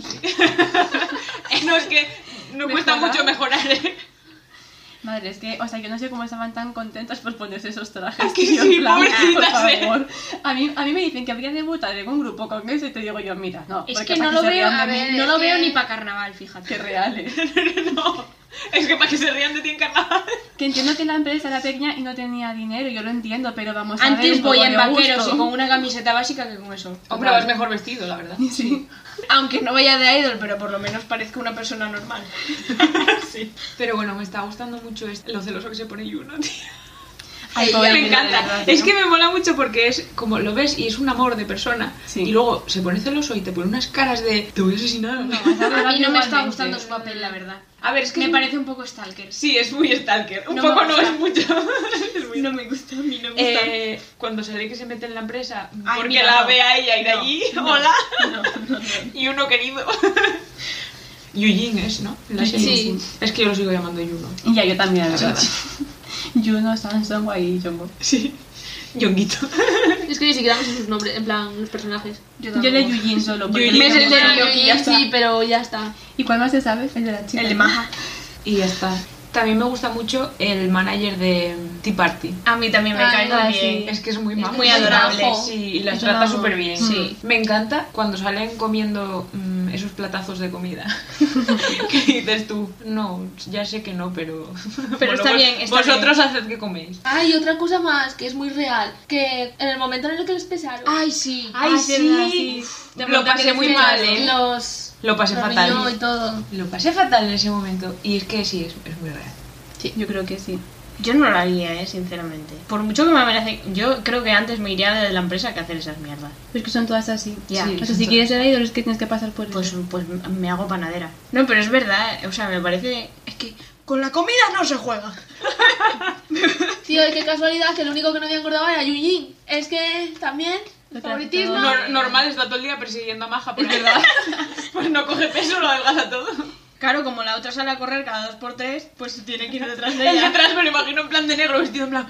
Speaker 2: sé. no, es que no cuesta
Speaker 4: Mejorar.
Speaker 2: mucho mejorar, ¿eh?
Speaker 4: Madre, es que, o sea, yo no sé cómo estaban tan contentas por ponerse esos trajes.
Speaker 2: que
Speaker 4: tío,
Speaker 2: sí,
Speaker 4: en plan,
Speaker 2: pobrecitas,
Speaker 4: por
Speaker 2: eh.
Speaker 4: favor. A mí, a mí me dicen que habría debutar en un grupo con eso y te digo yo, mira, no.
Speaker 1: Es
Speaker 4: porque
Speaker 1: que
Speaker 4: para
Speaker 1: no lo
Speaker 4: se
Speaker 1: veo,
Speaker 4: rían de
Speaker 1: a
Speaker 4: mí,
Speaker 1: ver,
Speaker 3: mí.
Speaker 1: no lo
Speaker 3: Es
Speaker 1: veo
Speaker 3: que-
Speaker 1: ni para carnaval, fíjate.
Speaker 4: Qué reales.
Speaker 2: no. Es que para que se rían de ti en carnaval.
Speaker 4: Que entiendo que la empresa era pequeña y no tenía dinero, yo lo entiendo, pero vamos a ver.
Speaker 1: Antes
Speaker 4: un poco
Speaker 1: voy en
Speaker 4: de
Speaker 1: vaqueros y
Speaker 4: gusto.
Speaker 1: con una camiseta básica que con eso.
Speaker 2: Hombre, pues vas mejor vestido, la verdad.
Speaker 4: Sí.
Speaker 1: Aunque no vaya de idol, pero por lo menos parezco una persona normal.
Speaker 2: sí. Pero bueno, me está gustando mucho esto, lo celoso que se pone Yuno, tío.
Speaker 4: Ay,
Speaker 2: Ella
Speaker 4: pobre
Speaker 2: me
Speaker 4: Mila, de
Speaker 2: encanta.
Speaker 4: verdad,
Speaker 2: Es
Speaker 4: ¿no?
Speaker 2: que me mola mucho porque es como lo ves y es un amor de persona.
Speaker 4: Sí.
Speaker 2: Y luego se pone celoso y te pone unas caras de te voy a asesinar.
Speaker 1: A mí no me ¿eh? está
Speaker 4: Igualmente.
Speaker 1: gustando su papel, la verdad.
Speaker 2: A ver, es que
Speaker 1: Me
Speaker 2: es-
Speaker 1: parece un poco stalker.
Speaker 2: Sí, es muy stalker. Un
Speaker 1: No me
Speaker 2: poco no
Speaker 1: gusta.
Speaker 2: es mucho. Es muy-
Speaker 1: No me gusta, a mí no me gusta.
Speaker 2: Eh, cuando se ve que se mete en la empresa
Speaker 1: Ay,
Speaker 2: porque
Speaker 1: mira,
Speaker 2: la
Speaker 1: no.
Speaker 2: ve a ella ir
Speaker 1: No,
Speaker 2: allí,
Speaker 1: no,
Speaker 2: hola,
Speaker 1: no, no, no.
Speaker 2: y uno querido. Yujin es, ¿no? La
Speaker 4: Yujin,
Speaker 2: serie.
Speaker 4: sí.
Speaker 2: Es que yo lo sigo llamando Yuno.
Speaker 4: Y ya yo también, la verdad. Juno, Samsung, ahí, Jumbo.
Speaker 2: Sí. Yonguito.
Speaker 3: Es que ni siquiera me sé sus nombres, en plan, los personajes.
Speaker 4: Yo
Speaker 1: tampoco.
Speaker 4: le Yujin solo. porque
Speaker 2: Yujin.
Speaker 4: me
Speaker 2: Es el
Speaker 4: llamo-
Speaker 2: de-
Speaker 1: Yoki, ya está.
Speaker 3: Sí, pero ya está.
Speaker 4: ¿Y cuál más se sabe? El de la chica.
Speaker 1: El de
Speaker 4: ¿no?
Speaker 1: Maja.
Speaker 2: Y ya está. También me gusta mucho el manager de Tea Party.
Speaker 1: A mí también me
Speaker 3: Ah,
Speaker 1: cae
Speaker 4: ah,
Speaker 1: muy bien.
Speaker 2: Es que es muy
Speaker 3: Es
Speaker 2: majo.
Speaker 1: muy adorable.
Speaker 2: Sí, y las
Speaker 4: Es
Speaker 2: trata
Speaker 4: majo.
Speaker 2: súper bien.
Speaker 1: Sí.
Speaker 2: Me encanta cuando salen comiendo mm, esos platazos de comida. que dices tú, no, ya sé que no, pero...
Speaker 1: Pero está bien, está
Speaker 2: Vosotros haced que coméis.
Speaker 3: Ah, y otra cosa más que es muy real, que en el momento en el que les pesaron,
Speaker 1: Ay, sí.
Speaker 4: Ay, sí.
Speaker 2: Lo pasé muy
Speaker 3: los-
Speaker 2: mal, ¿eh?
Speaker 3: Los
Speaker 2: Lo pasé fatal.
Speaker 3: riñó y todo.
Speaker 2: Lo pasé fatal en ese momento. Y es que sí, es, es muy real.
Speaker 4: Sí, yo creo que sí.
Speaker 1: Yo no lo haría, eh, sinceramente. Por mucho que me amenace, yo creo que antes me iría de la empresa que hacer esas mierdas.
Speaker 4: Es que son todas así.
Speaker 1: Ya.
Speaker 4: Sí, o sea,
Speaker 2: son
Speaker 4: si
Speaker 2: todas.
Speaker 4: quieres ser idol es que tienes que pasar por eso.
Speaker 1: Pues, pues me hago panadera. No, pero es verdad, eh, o sea, me parece. Es que con la comida no se juega.
Speaker 3: Tío, y qué casualidad que el único que no había engordado era Yujin. Es que también,
Speaker 4: Lo
Speaker 3: favoritismo.
Speaker 4: trató.
Speaker 2: Nor- normal está todo el día persiguiendo a Maja, por ahí. pues no coge peso, lo adelgaza todo.
Speaker 1: Claro, como la otra sale a correr cada dos por tres, pues tiene que ir detrás de
Speaker 2: El
Speaker 1: ella.
Speaker 2: detrás me lo imagino en plan de negro, vestido en plan...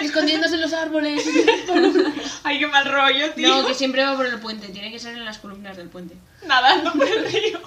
Speaker 3: Escondiéndose en los árboles.
Speaker 2: Ay, qué mal rollo, tío.
Speaker 1: No, que siempre va por el puente, tiene que ser en las columnas del puente.
Speaker 2: Nadando por el río.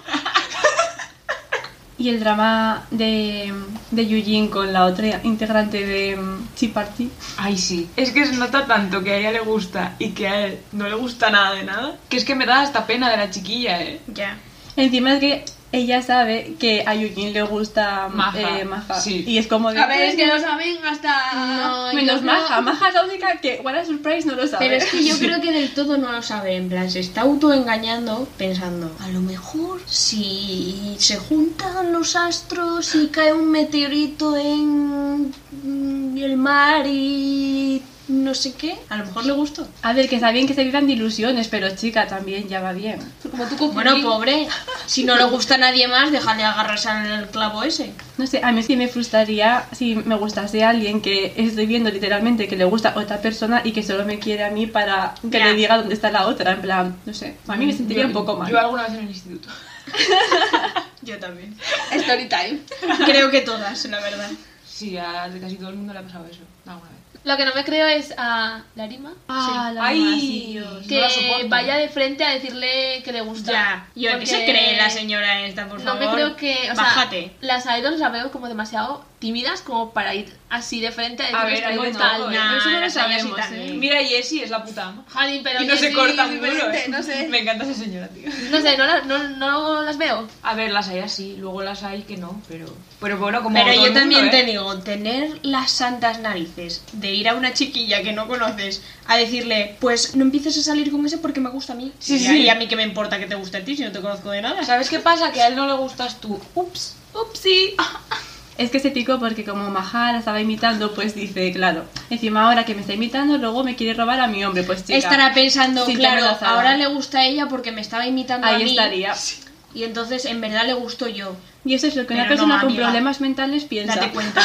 Speaker 4: Y el drama de, de Yujin con la otra integrante de mm, Tea Party.
Speaker 2: Ay, sí. Es que se nota tanto que a ella le gusta y que a él no le gusta nada de nada, que es que me da hasta pena de la chiquilla, ¿eh?
Speaker 1: Ya.
Speaker 4: Encima es que ella sabe que a Yujin le gusta
Speaker 2: Maja,
Speaker 4: eh, Maja.
Speaker 2: sí.
Speaker 4: Y es como de... "Pues,
Speaker 3: A ver, es que lo saben hasta.
Speaker 1: No, yo
Speaker 4: Menos
Speaker 1: no-
Speaker 4: Maja. Maja es la única que, what a surprise, no lo sabe.
Speaker 1: Pero es que yo creo que del todo no lo sabe, en plan, se está autoengañando pensando, a lo mejor si se juntan los astros y cae un meteorito en mm, el mar y no sé qué, a lo mejor le gustó.
Speaker 4: A ver, que está bien que se vivan de ilusiones, pero chica, también ya va bien.
Speaker 3: Como tú con
Speaker 1: Bueno,
Speaker 3: Jin.
Speaker 1: pobre, si no le gusta a nadie más, déjale agarrarse al clavo ese.
Speaker 4: No sé, a mí sí me frustraría si me gustase alguien que estoy viendo literalmente que le gusta otra persona y que solo me quiere a mí para que
Speaker 1: Ya.
Speaker 4: le diga dónde está la otra. En plan, no sé, a mí me sentiría
Speaker 2: Mm, Yo-
Speaker 4: un poco mal.
Speaker 2: Yo alguna vez en el instituto.
Speaker 1: Yo también.
Speaker 3: Story time.
Speaker 1: Creo que todas, la verdad.
Speaker 2: Sí, a casi todo el mundo le ha pasado eso. Alguna vez.
Speaker 3: Lo que no me creo es a Larima.
Speaker 4: Ah, la
Speaker 2: Ay,
Speaker 4: mamá, sí, Dios.
Speaker 2: No
Speaker 3: Que
Speaker 2: la soporto.
Speaker 3: vaya de frente a decirle que le gusta.
Speaker 1: Ya, yo
Speaker 3: Porque
Speaker 1: qué se cree la señora esta, por
Speaker 3: No
Speaker 1: favor.
Speaker 3: me creo que. O sea,
Speaker 1: Bájate.
Speaker 3: Las idols las veo como demasiado tímidas como para ir así de frente a
Speaker 2: A ver,
Speaker 3: decirles que le
Speaker 2: algo
Speaker 3: gusta a
Speaker 2: no,
Speaker 3: alguien.
Speaker 2: nah,
Speaker 4: eso no lo
Speaker 1: las hayas y
Speaker 4: sabemos,
Speaker 1: también.
Speaker 4: ¿eh?
Speaker 2: Mira, Jessie es la puta ama.
Speaker 3: Jolín, pero
Speaker 2: y no
Speaker 3: que
Speaker 2: se
Speaker 3: sí,
Speaker 2: corta
Speaker 3: es
Speaker 2: duro,
Speaker 3: diferente,
Speaker 2: ¿eh?
Speaker 3: No sé.
Speaker 2: Me encanta esa señora, tío.
Speaker 3: No sé, no, la- no, no las veo.
Speaker 2: A ver, las hay así, luego las hay que no, pero. Pero bueno, como.
Speaker 1: Pero
Speaker 2: todo
Speaker 1: yo
Speaker 2: el mundo,
Speaker 1: también
Speaker 2: ¿eh?
Speaker 1: te digo, tener las santas narices de ir a una chiquilla que no conoces a decirle, pues no empieces a salir con ese porque me gusta a mí.
Speaker 2: Sí,
Speaker 1: y,
Speaker 2: sí.
Speaker 1: y a mí que me importa que te guste a ti si no te conozco de nada.
Speaker 2: ¿Sabes qué pasa? Que a él no le gustas tú. Ups, upsi.
Speaker 4: Es que se picó porque como Maja la estaba imitando, pues dice, claro, encima ahora que me está imitando, luego me quiere robar a mi hombre, pues chica.
Speaker 1: Estará pensando,
Speaker 4: Sí,
Speaker 1: claro,
Speaker 4: amenazada.
Speaker 1: ahora le gusta a ella porque me estaba imitando a
Speaker 4: Ahí
Speaker 1: mí.
Speaker 4: estaría.
Speaker 1: Y entonces en verdad le gusto yo.
Speaker 4: Y eso es lo que
Speaker 1: Pero
Speaker 4: una
Speaker 1: no,
Speaker 4: persona con
Speaker 1: amiga.
Speaker 4: problemas mentales piensa.
Speaker 1: Date cuenta.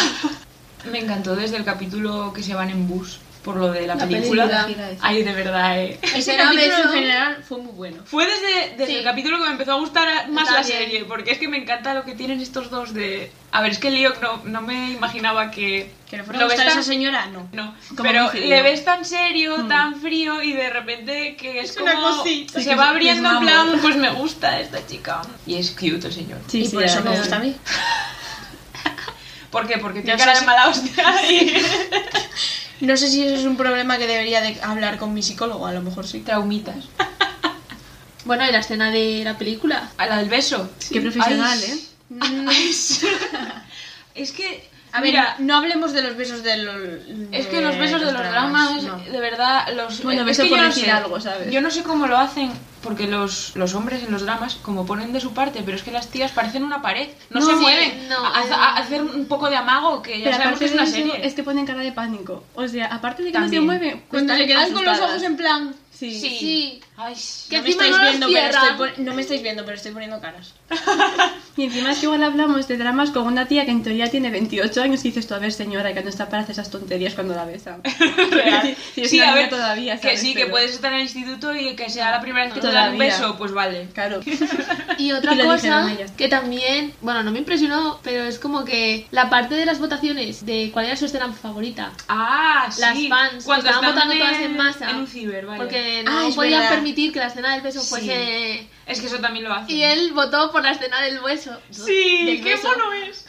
Speaker 2: Me encantó desde el capítulo que se van en bus por lo de la,
Speaker 3: La
Speaker 2: película.
Speaker 4: película.
Speaker 2: Ay, de verdad, eh.
Speaker 1: Ese
Speaker 3: Era
Speaker 1: capítulo
Speaker 3: beso.
Speaker 1: en general fue muy bueno.
Speaker 2: Fue desde, desde
Speaker 3: Sí.
Speaker 2: el capítulo que me empezó a gustar a- más
Speaker 3: Está
Speaker 2: la
Speaker 3: bien.
Speaker 2: serie, porque es que me encanta lo que tienen estos dos de... A ver, es que Leo no, no me imaginaba que...
Speaker 1: Que le fuera a
Speaker 2: lo ves
Speaker 1: gustar a esa
Speaker 2: tan-
Speaker 1: señora, no.
Speaker 2: No,
Speaker 4: Como
Speaker 2: pero
Speaker 4: muy frío.
Speaker 2: le ves tan serio,
Speaker 4: Mm.
Speaker 2: tan frío y de repente que es,
Speaker 1: Es
Speaker 2: como...
Speaker 1: una cosita.
Speaker 2: Se
Speaker 4: Sí, que
Speaker 2: va
Speaker 4: es-
Speaker 2: abriendo
Speaker 4: es
Speaker 2: en
Speaker 4: un
Speaker 2: plan,
Speaker 4: amor.
Speaker 2: pues me gusta esta chica. Y es cute el señor.
Speaker 4: Sí,
Speaker 1: y
Speaker 4: sí,
Speaker 1: por eso
Speaker 4: ahora
Speaker 1: me
Speaker 4: sí.
Speaker 1: gusta a mí.
Speaker 2: ¿Por qué? Porque
Speaker 1: Ya
Speaker 2: tiene cara
Speaker 1: sé
Speaker 2: de
Speaker 1: si-
Speaker 2: mala hostia y...
Speaker 1: No sé si eso es un problema que debería de hablar con mi psicólogo, a lo mejor sí.
Speaker 2: Traumitas.
Speaker 3: Bueno, y la escena de la película.
Speaker 2: A la del beso.
Speaker 4: Qué profesional,
Speaker 2: Ay,
Speaker 4: ¿eh?
Speaker 2: Es que...
Speaker 1: A ver,
Speaker 2: mira,
Speaker 1: no hablemos de los besos de los.
Speaker 2: Es que los besos de los dramas,
Speaker 1: dramas, no.
Speaker 2: de verdad, los.
Speaker 4: Bueno,
Speaker 2: eh,
Speaker 4: beso
Speaker 2: es que
Speaker 4: por
Speaker 2: yo no
Speaker 4: decir
Speaker 2: sé,
Speaker 4: algo, ¿sabes?
Speaker 2: Yo no sé cómo lo hacen, porque los, los hombres en los dramas, como ponen de su parte, pero es que las tías parecen una pared. No,
Speaker 3: No,
Speaker 2: se
Speaker 3: sí,
Speaker 2: mueven.
Speaker 3: no,
Speaker 2: A- a- a- hacer un poco de amago, que ya
Speaker 4: Pero
Speaker 2: sabemos que
Speaker 4: aparte
Speaker 2: es
Speaker 4: de
Speaker 2: una
Speaker 4: eso, este-
Speaker 2: serie.
Speaker 4: es que ponen cara de pánico. O sea, aparte de que
Speaker 2: También.
Speaker 4: no se mueve,
Speaker 1: Cuando
Speaker 4: están
Speaker 1: se quedan con los
Speaker 4: asustadas.
Speaker 1: ojos en plan.
Speaker 4: Sí.
Speaker 2: Sí.
Speaker 3: Sí.
Speaker 2: Ay,
Speaker 3: Que
Speaker 1: no, me
Speaker 3: encima
Speaker 1: estáis
Speaker 3: no los
Speaker 1: viendo, pero
Speaker 3: cierran.
Speaker 1: estoy pon- no me estáis viendo, pero estoy poniendo caras.
Speaker 4: Y encima es que igual hablamos de dramas con una tía que en teoría tiene 28 años y dices tú, a ver señora, que no está para hacer esas tonterías cuando la besan.
Speaker 2: real.
Speaker 4: Sí, es una
Speaker 2: a
Speaker 4: niña
Speaker 2: ver,
Speaker 4: todavía,
Speaker 2: que
Speaker 4: ¿sabes?
Speaker 2: sí, que
Speaker 4: Pero-
Speaker 2: puedes estar en el instituto y que sea la primera vez que te dan un
Speaker 4: Todavía.
Speaker 2: beso, pues vale.
Speaker 4: Claro.
Speaker 3: Y otra
Speaker 4: Y lo
Speaker 3: cosa
Speaker 4: dijeron ellas.
Speaker 3: que también, bueno, no me impresionó, pero es como que la parte de las votaciones de cuál era su escena favorita.
Speaker 2: Ah, sí.
Speaker 3: Las fans,
Speaker 2: Cuando
Speaker 3: que estaban
Speaker 2: están
Speaker 3: votando todas en masa.
Speaker 2: En un ciber, vale.
Speaker 3: Porque
Speaker 1: Ah,
Speaker 3: no
Speaker 1: es
Speaker 3: podían
Speaker 1: verdad.
Speaker 3: permitir que la escena del beso
Speaker 2: Sí. Ah.
Speaker 3: fuese...
Speaker 2: Es que eso también lo hacen.
Speaker 3: Y él votó por la escena del beso.
Speaker 2: Sí,
Speaker 3: del
Speaker 2: qué
Speaker 3: beso,
Speaker 2: mono es.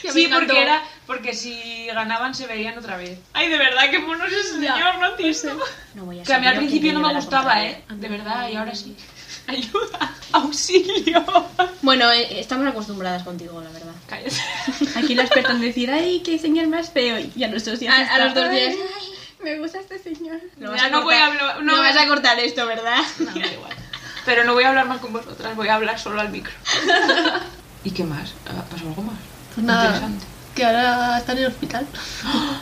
Speaker 3: que me
Speaker 2: Sí,
Speaker 3: encantó.
Speaker 2: porque era porque si ganaban se veían otra vez. Ay, de verdad qué mono es ese
Speaker 3: Ya,
Speaker 2: señor, no entiendo.
Speaker 1: No voy a
Speaker 2: Que a mí al
Speaker 1: saber
Speaker 2: principio
Speaker 1: quién
Speaker 2: no me
Speaker 1: lleva la
Speaker 2: gustaba,
Speaker 1: contraria.
Speaker 2: eh. De verdad, y ahora sí. Ayuda, auxilio.
Speaker 1: Bueno, eh, estamos acostumbradas contigo, la verdad.
Speaker 2: Cállate.
Speaker 4: Aquí las expertas en decir, ay, qué señor más feo. Y a los dos días.
Speaker 1: A, a
Speaker 4: está,
Speaker 1: los dos
Speaker 4: "Ay,
Speaker 1: días.
Speaker 4: Me gusta este señor.
Speaker 1: Lo vas
Speaker 2: Ya no
Speaker 1: cortar-
Speaker 2: voy a hablar- no
Speaker 1: No,
Speaker 2: voy-
Speaker 1: vas a cortar esto, ¿verdad?
Speaker 2: No, da igual. Pero no voy a hablar más con vosotras, voy a hablar solo al micro. ¿Y qué más? Ah, ¿Pasó algo más?
Speaker 3: Pues nada,
Speaker 2: Interesante.
Speaker 3: que ahora está en el hospital.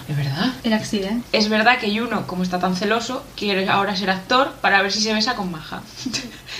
Speaker 2: ¿De verdad?
Speaker 4: El accidente.
Speaker 2: Es verdad que Yuno, como está tan celoso, quiere ahora ser actor para ver si se besa con Maja.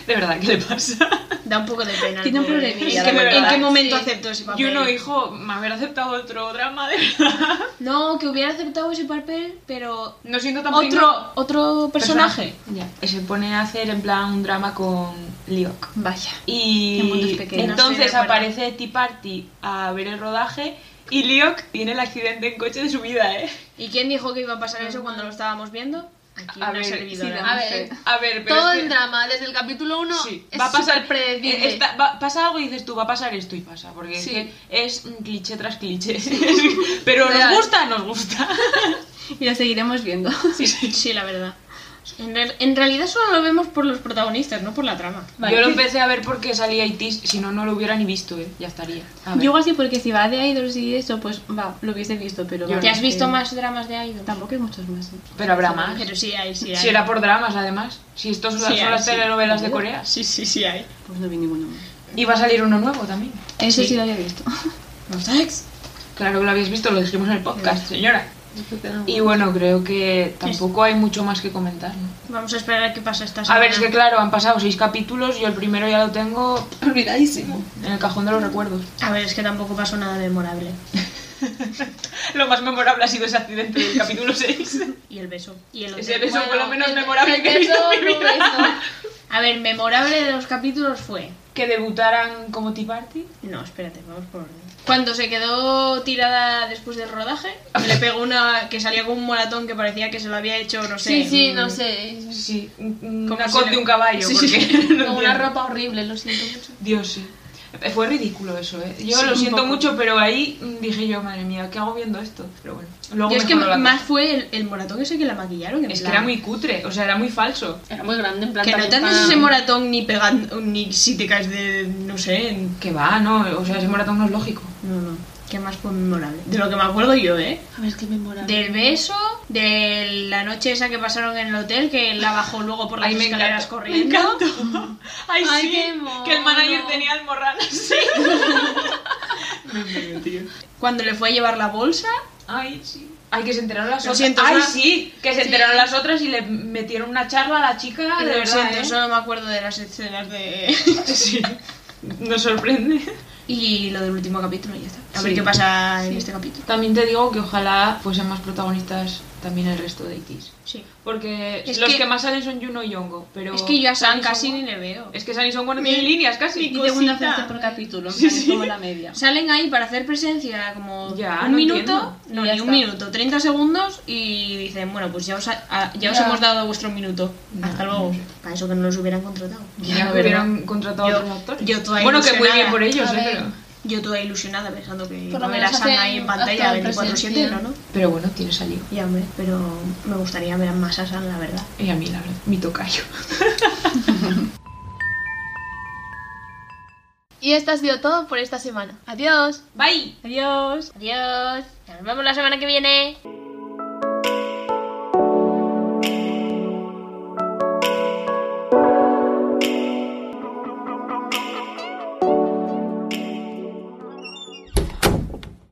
Speaker 2: De verdad, ¿qué le pasa?
Speaker 1: Da un poco de pena.
Speaker 4: Tiene un
Speaker 1: pobre.
Speaker 4: problemilla,
Speaker 1: ¿En
Speaker 2: la
Speaker 1: qué, mo-
Speaker 2: verdad.
Speaker 1: en qué momento
Speaker 3: Sí.
Speaker 1: acepto ese papel?
Speaker 2: Yuno, hijo, me haber aceptado otro drama, de verdad.
Speaker 1: No, que hubiera aceptado ese papel, pero.
Speaker 2: No siento tan
Speaker 1: Otro, otro personaje.
Speaker 2: Ya. Y Se pone a hacer en plan un drama con Liok.
Speaker 4: Vaya. En mundos
Speaker 2: Y
Speaker 4: pequeños.
Speaker 1: Estoy
Speaker 2: entonces
Speaker 1: de acuerdo.
Speaker 2: aparece Tea Party a ver el rodaje y Liok tiene el accidente en coche de su vida, ¿eh?
Speaker 1: ¿Y quién dijo que iba a pasar eso cuando lo estábamos viendo? Aquí
Speaker 2: A
Speaker 1: una
Speaker 2: ver, sí,
Speaker 1: servidora.
Speaker 4: no
Speaker 3: A
Speaker 4: sé.
Speaker 3: ver,
Speaker 2: A ver, pero.
Speaker 3: todo
Speaker 2: es que-
Speaker 3: el drama, desde el capítulo 1
Speaker 2: Sí,
Speaker 3: es
Speaker 2: va a pasar.
Speaker 3: súper predecible.
Speaker 2: eh, está- va- pasa algo y dices tú, va a pasar esto y pasa. Porque es
Speaker 3: Sí.
Speaker 2: que es mm, cliché tras cliché. pero
Speaker 3: Real.
Speaker 2: nos gusta, nos gusta.
Speaker 4: Y lo seguiremos viendo.
Speaker 1: Sí, sí, la verdad. En, re- en realidad solo lo vemos por los protagonistas, no por la trama.
Speaker 4: Vale.
Speaker 2: Yo lo empecé a ver porque salía ITIS, si no, no lo hubiera ni visto, eh, ya estaría. A ver.
Speaker 4: Yo igual sí, porque si va de idols y eso, pues va, lo hubiese visto, pero...
Speaker 2: Yo
Speaker 4: vale,
Speaker 1: ¿Te has
Speaker 4: que-
Speaker 1: visto más dramas de Idol?
Speaker 4: Tampoco hay muchos más. ¿eh?
Speaker 2: Pero habrá más.
Speaker 1: Pero sí hay, sí hay.
Speaker 2: Si era por dramas, además. Si estos son
Speaker 1: Sí, hay,
Speaker 2: las
Speaker 1: sí.
Speaker 2: telenovelas de Corea.
Speaker 1: Sí, sí, sí hay.
Speaker 4: Pues no vi ninguno más.
Speaker 2: Y va a salir uno nuevo también.
Speaker 4: Eso
Speaker 1: Sí.
Speaker 4: sí, lo había visto.
Speaker 1: ¿Mosaix?
Speaker 2: Claro que lo habéis visto, lo dijimos en el podcast, señora. Y bueno, creo que tampoco hay mucho más que comentar. ¿no?
Speaker 1: Vamos a esperar a qué pasa esta
Speaker 2: A
Speaker 1: semana.
Speaker 2: ver, es que claro, han pasado seis capítulos, yo el primero ya lo tengo
Speaker 3: Olvidadísimo.
Speaker 2: en el cajón de los recuerdos.
Speaker 1: A ver, es que tampoco pasó nada memorable.
Speaker 2: Lo más memorable ha sido ese accidente del capítulo 6.
Speaker 1: Y el beso. Y el
Speaker 2: Ese
Speaker 1: hotel.
Speaker 2: beso fue lo menos
Speaker 3: el-
Speaker 2: memorable
Speaker 3: el
Speaker 2: que he visto
Speaker 3: beso,
Speaker 2: en mi
Speaker 3: no
Speaker 2: vida.
Speaker 3: beso.
Speaker 1: A ver, memorable de los capítulos fue...
Speaker 2: Que debutaran como Tea Party.
Speaker 1: No, espérate, vamos por orden. Cuando se quedó tirada después del rodaje, le pegó una que salía con un moratón que parecía que se lo había hecho, no sé.
Speaker 3: Sí, sí,
Speaker 1: mm,
Speaker 3: no sé.
Speaker 2: Sí, un- un-
Speaker 1: Como
Speaker 2: una
Speaker 1: si
Speaker 2: col
Speaker 1: le-
Speaker 2: de un caballo.
Speaker 1: Sí,
Speaker 2: porque
Speaker 1: sí.
Speaker 2: no
Speaker 3: Con una
Speaker 2: entiendo.
Speaker 3: ropa horrible, lo siento mucho.
Speaker 2: Dios, sí. Eh, Fue ridículo eso, ¿eh? Yo
Speaker 1: Sí,
Speaker 2: lo
Speaker 1: un
Speaker 2: siento
Speaker 1: poco.
Speaker 2: mucho, pero ahí mm, dije yo, madre mía, ¿qué hago viendo esto? Pero bueno, luego
Speaker 1: Yo es que
Speaker 2: mejoró la
Speaker 1: más
Speaker 2: cosa.
Speaker 1: fue el, el moratón ese que la maquillaron. en
Speaker 2: Es que
Speaker 1: plan,
Speaker 2: era muy cutre, o sea, era muy falso.
Speaker 3: Era muy grande, en plan...
Speaker 1: Que no te
Speaker 3: también
Speaker 1: haces
Speaker 3: para-
Speaker 1: ese moratón ni pegando, ni si te caes de, no sé, en-
Speaker 2: Que va, no, o sea, ese maratón no es lógico.
Speaker 1: No, no. ¿Qué más fue memorable? De lo que me acuerdo yo, ¿eh?
Speaker 3: A ver, es que memorable.
Speaker 1: Del beso, de la noche esa que pasaron en el hotel, que la bajó luego por las
Speaker 2: Ahí me
Speaker 1: escaleras
Speaker 2: encantó.
Speaker 1: corriendo.
Speaker 2: Me encantó. Ay,
Speaker 3: Ay,
Speaker 2: sí,
Speaker 3: qué mono.
Speaker 2: que el manager tenía el morral así.
Speaker 1: Cuando le fue a llevar la bolsa.
Speaker 2: Ay, sí. Ay, que se enteraron las
Speaker 1: Lo
Speaker 2: otras.
Speaker 1: siento,
Speaker 2: Ay,
Speaker 1: Sara.
Speaker 2: sí, que se enteraron las otras y le metieron una charla a la chica, de
Speaker 1: lo
Speaker 2: verdad,
Speaker 1: siento,
Speaker 2: ¿eh?
Speaker 1: solo me acuerdo de las escenas de...
Speaker 2: Sí. Nos sorprende.
Speaker 1: y lo del último capítulo y ya está. A
Speaker 2: Sí.
Speaker 1: ver qué pasa en este capítulo.
Speaker 2: También te digo que ojalá fuesen más protagonistas también el resto de ITs.
Speaker 1: Sí.
Speaker 2: Porque
Speaker 1: Es
Speaker 2: los
Speaker 1: que-
Speaker 2: que... más salen son Juno y Yongo, pero...
Speaker 1: Es que yo a San
Speaker 2: Sunny
Speaker 1: casi ni
Speaker 2: Songwon-
Speaker 1: le veo.
Speaker 2: Es que Sunny Songwon no
Speaker 1: Mi-
Speaker 2: tiene líneas casi.
Speaker 1: mi
Speaker 4: Y segunda
Speaker 1: Cosita.
Speaker 4: frase por capítulo, en
Speaker 2: Sí,
Speaker 4: plan, es
Speaker 2: sí.
Speaker 4: como la media.
Speaker 1: Salen ahí para hacer presencia como
Speaker 2: Ya,
Speaker 1: un
Speaker 2: no
Speaker 1: minuto,
Speaker 2: entiendo.
Speaker 1: no,
Speaker 4: Y ya
Speaker 1: ni un
Speaker 4: está.
Speaker 1: minuto, 30 segundos y dicen, bueno, pues ya os, ha- a- ya os
Speaker 2: Ya.
Speaker 1: hemos dado vuestro minuto.
Speaker 2: Ya,
Speaker 1: Hasta luego.
Speaker 2: no sé.
Speaker 1: Para eso que no los hubieran contratado.
Speaker 2: Ya,
Speaker 4: Ya,
Speaker 2: que
Speaker 4: ¿verdad?
Speaker 2: hubieran contratado
Speaker 1: Yo-
Speaker 2: a otros actores.
Speaker 1: yo toda
Speaker 2: bueno, que muy bien
Speaker 1: ilusionada.
Speaker 2: por ellos,
Speaker 3: A
Speaker 2: eh,
Speaker 3: ver.
Speaker 2: pero...
Speaker 1: Yo toda ilusionada pensando que
Speaker 3: Por
Speaker 1: iba
Speaker 3: lo
Speaker 1: a ver a
Speaker 3: menos
Speaker 1: Sam
Speaker 3: hacen
Speaker 1: ahí en pantalla
Speaker 3: acto
Speaker 1: 24-7,
Speaker 3: de presencia.
Speaker 1: ¿no? ¿no?
Speaker 2: Pero bueno, tienes a Leo.
Speaker 1: Ya, hombre, pero me gustaría ver más a Sam, la verdad.
Speaker 2: Y Eh, a mí, la verdad, mi tocayo.
Speaker 3: Y esto ha sido todo por esta semana. Adiós.
Speaker 2: Bye.
Speaker 4: Adiós.
Speaker 1: Adiós. Nos vemos la semana que viene.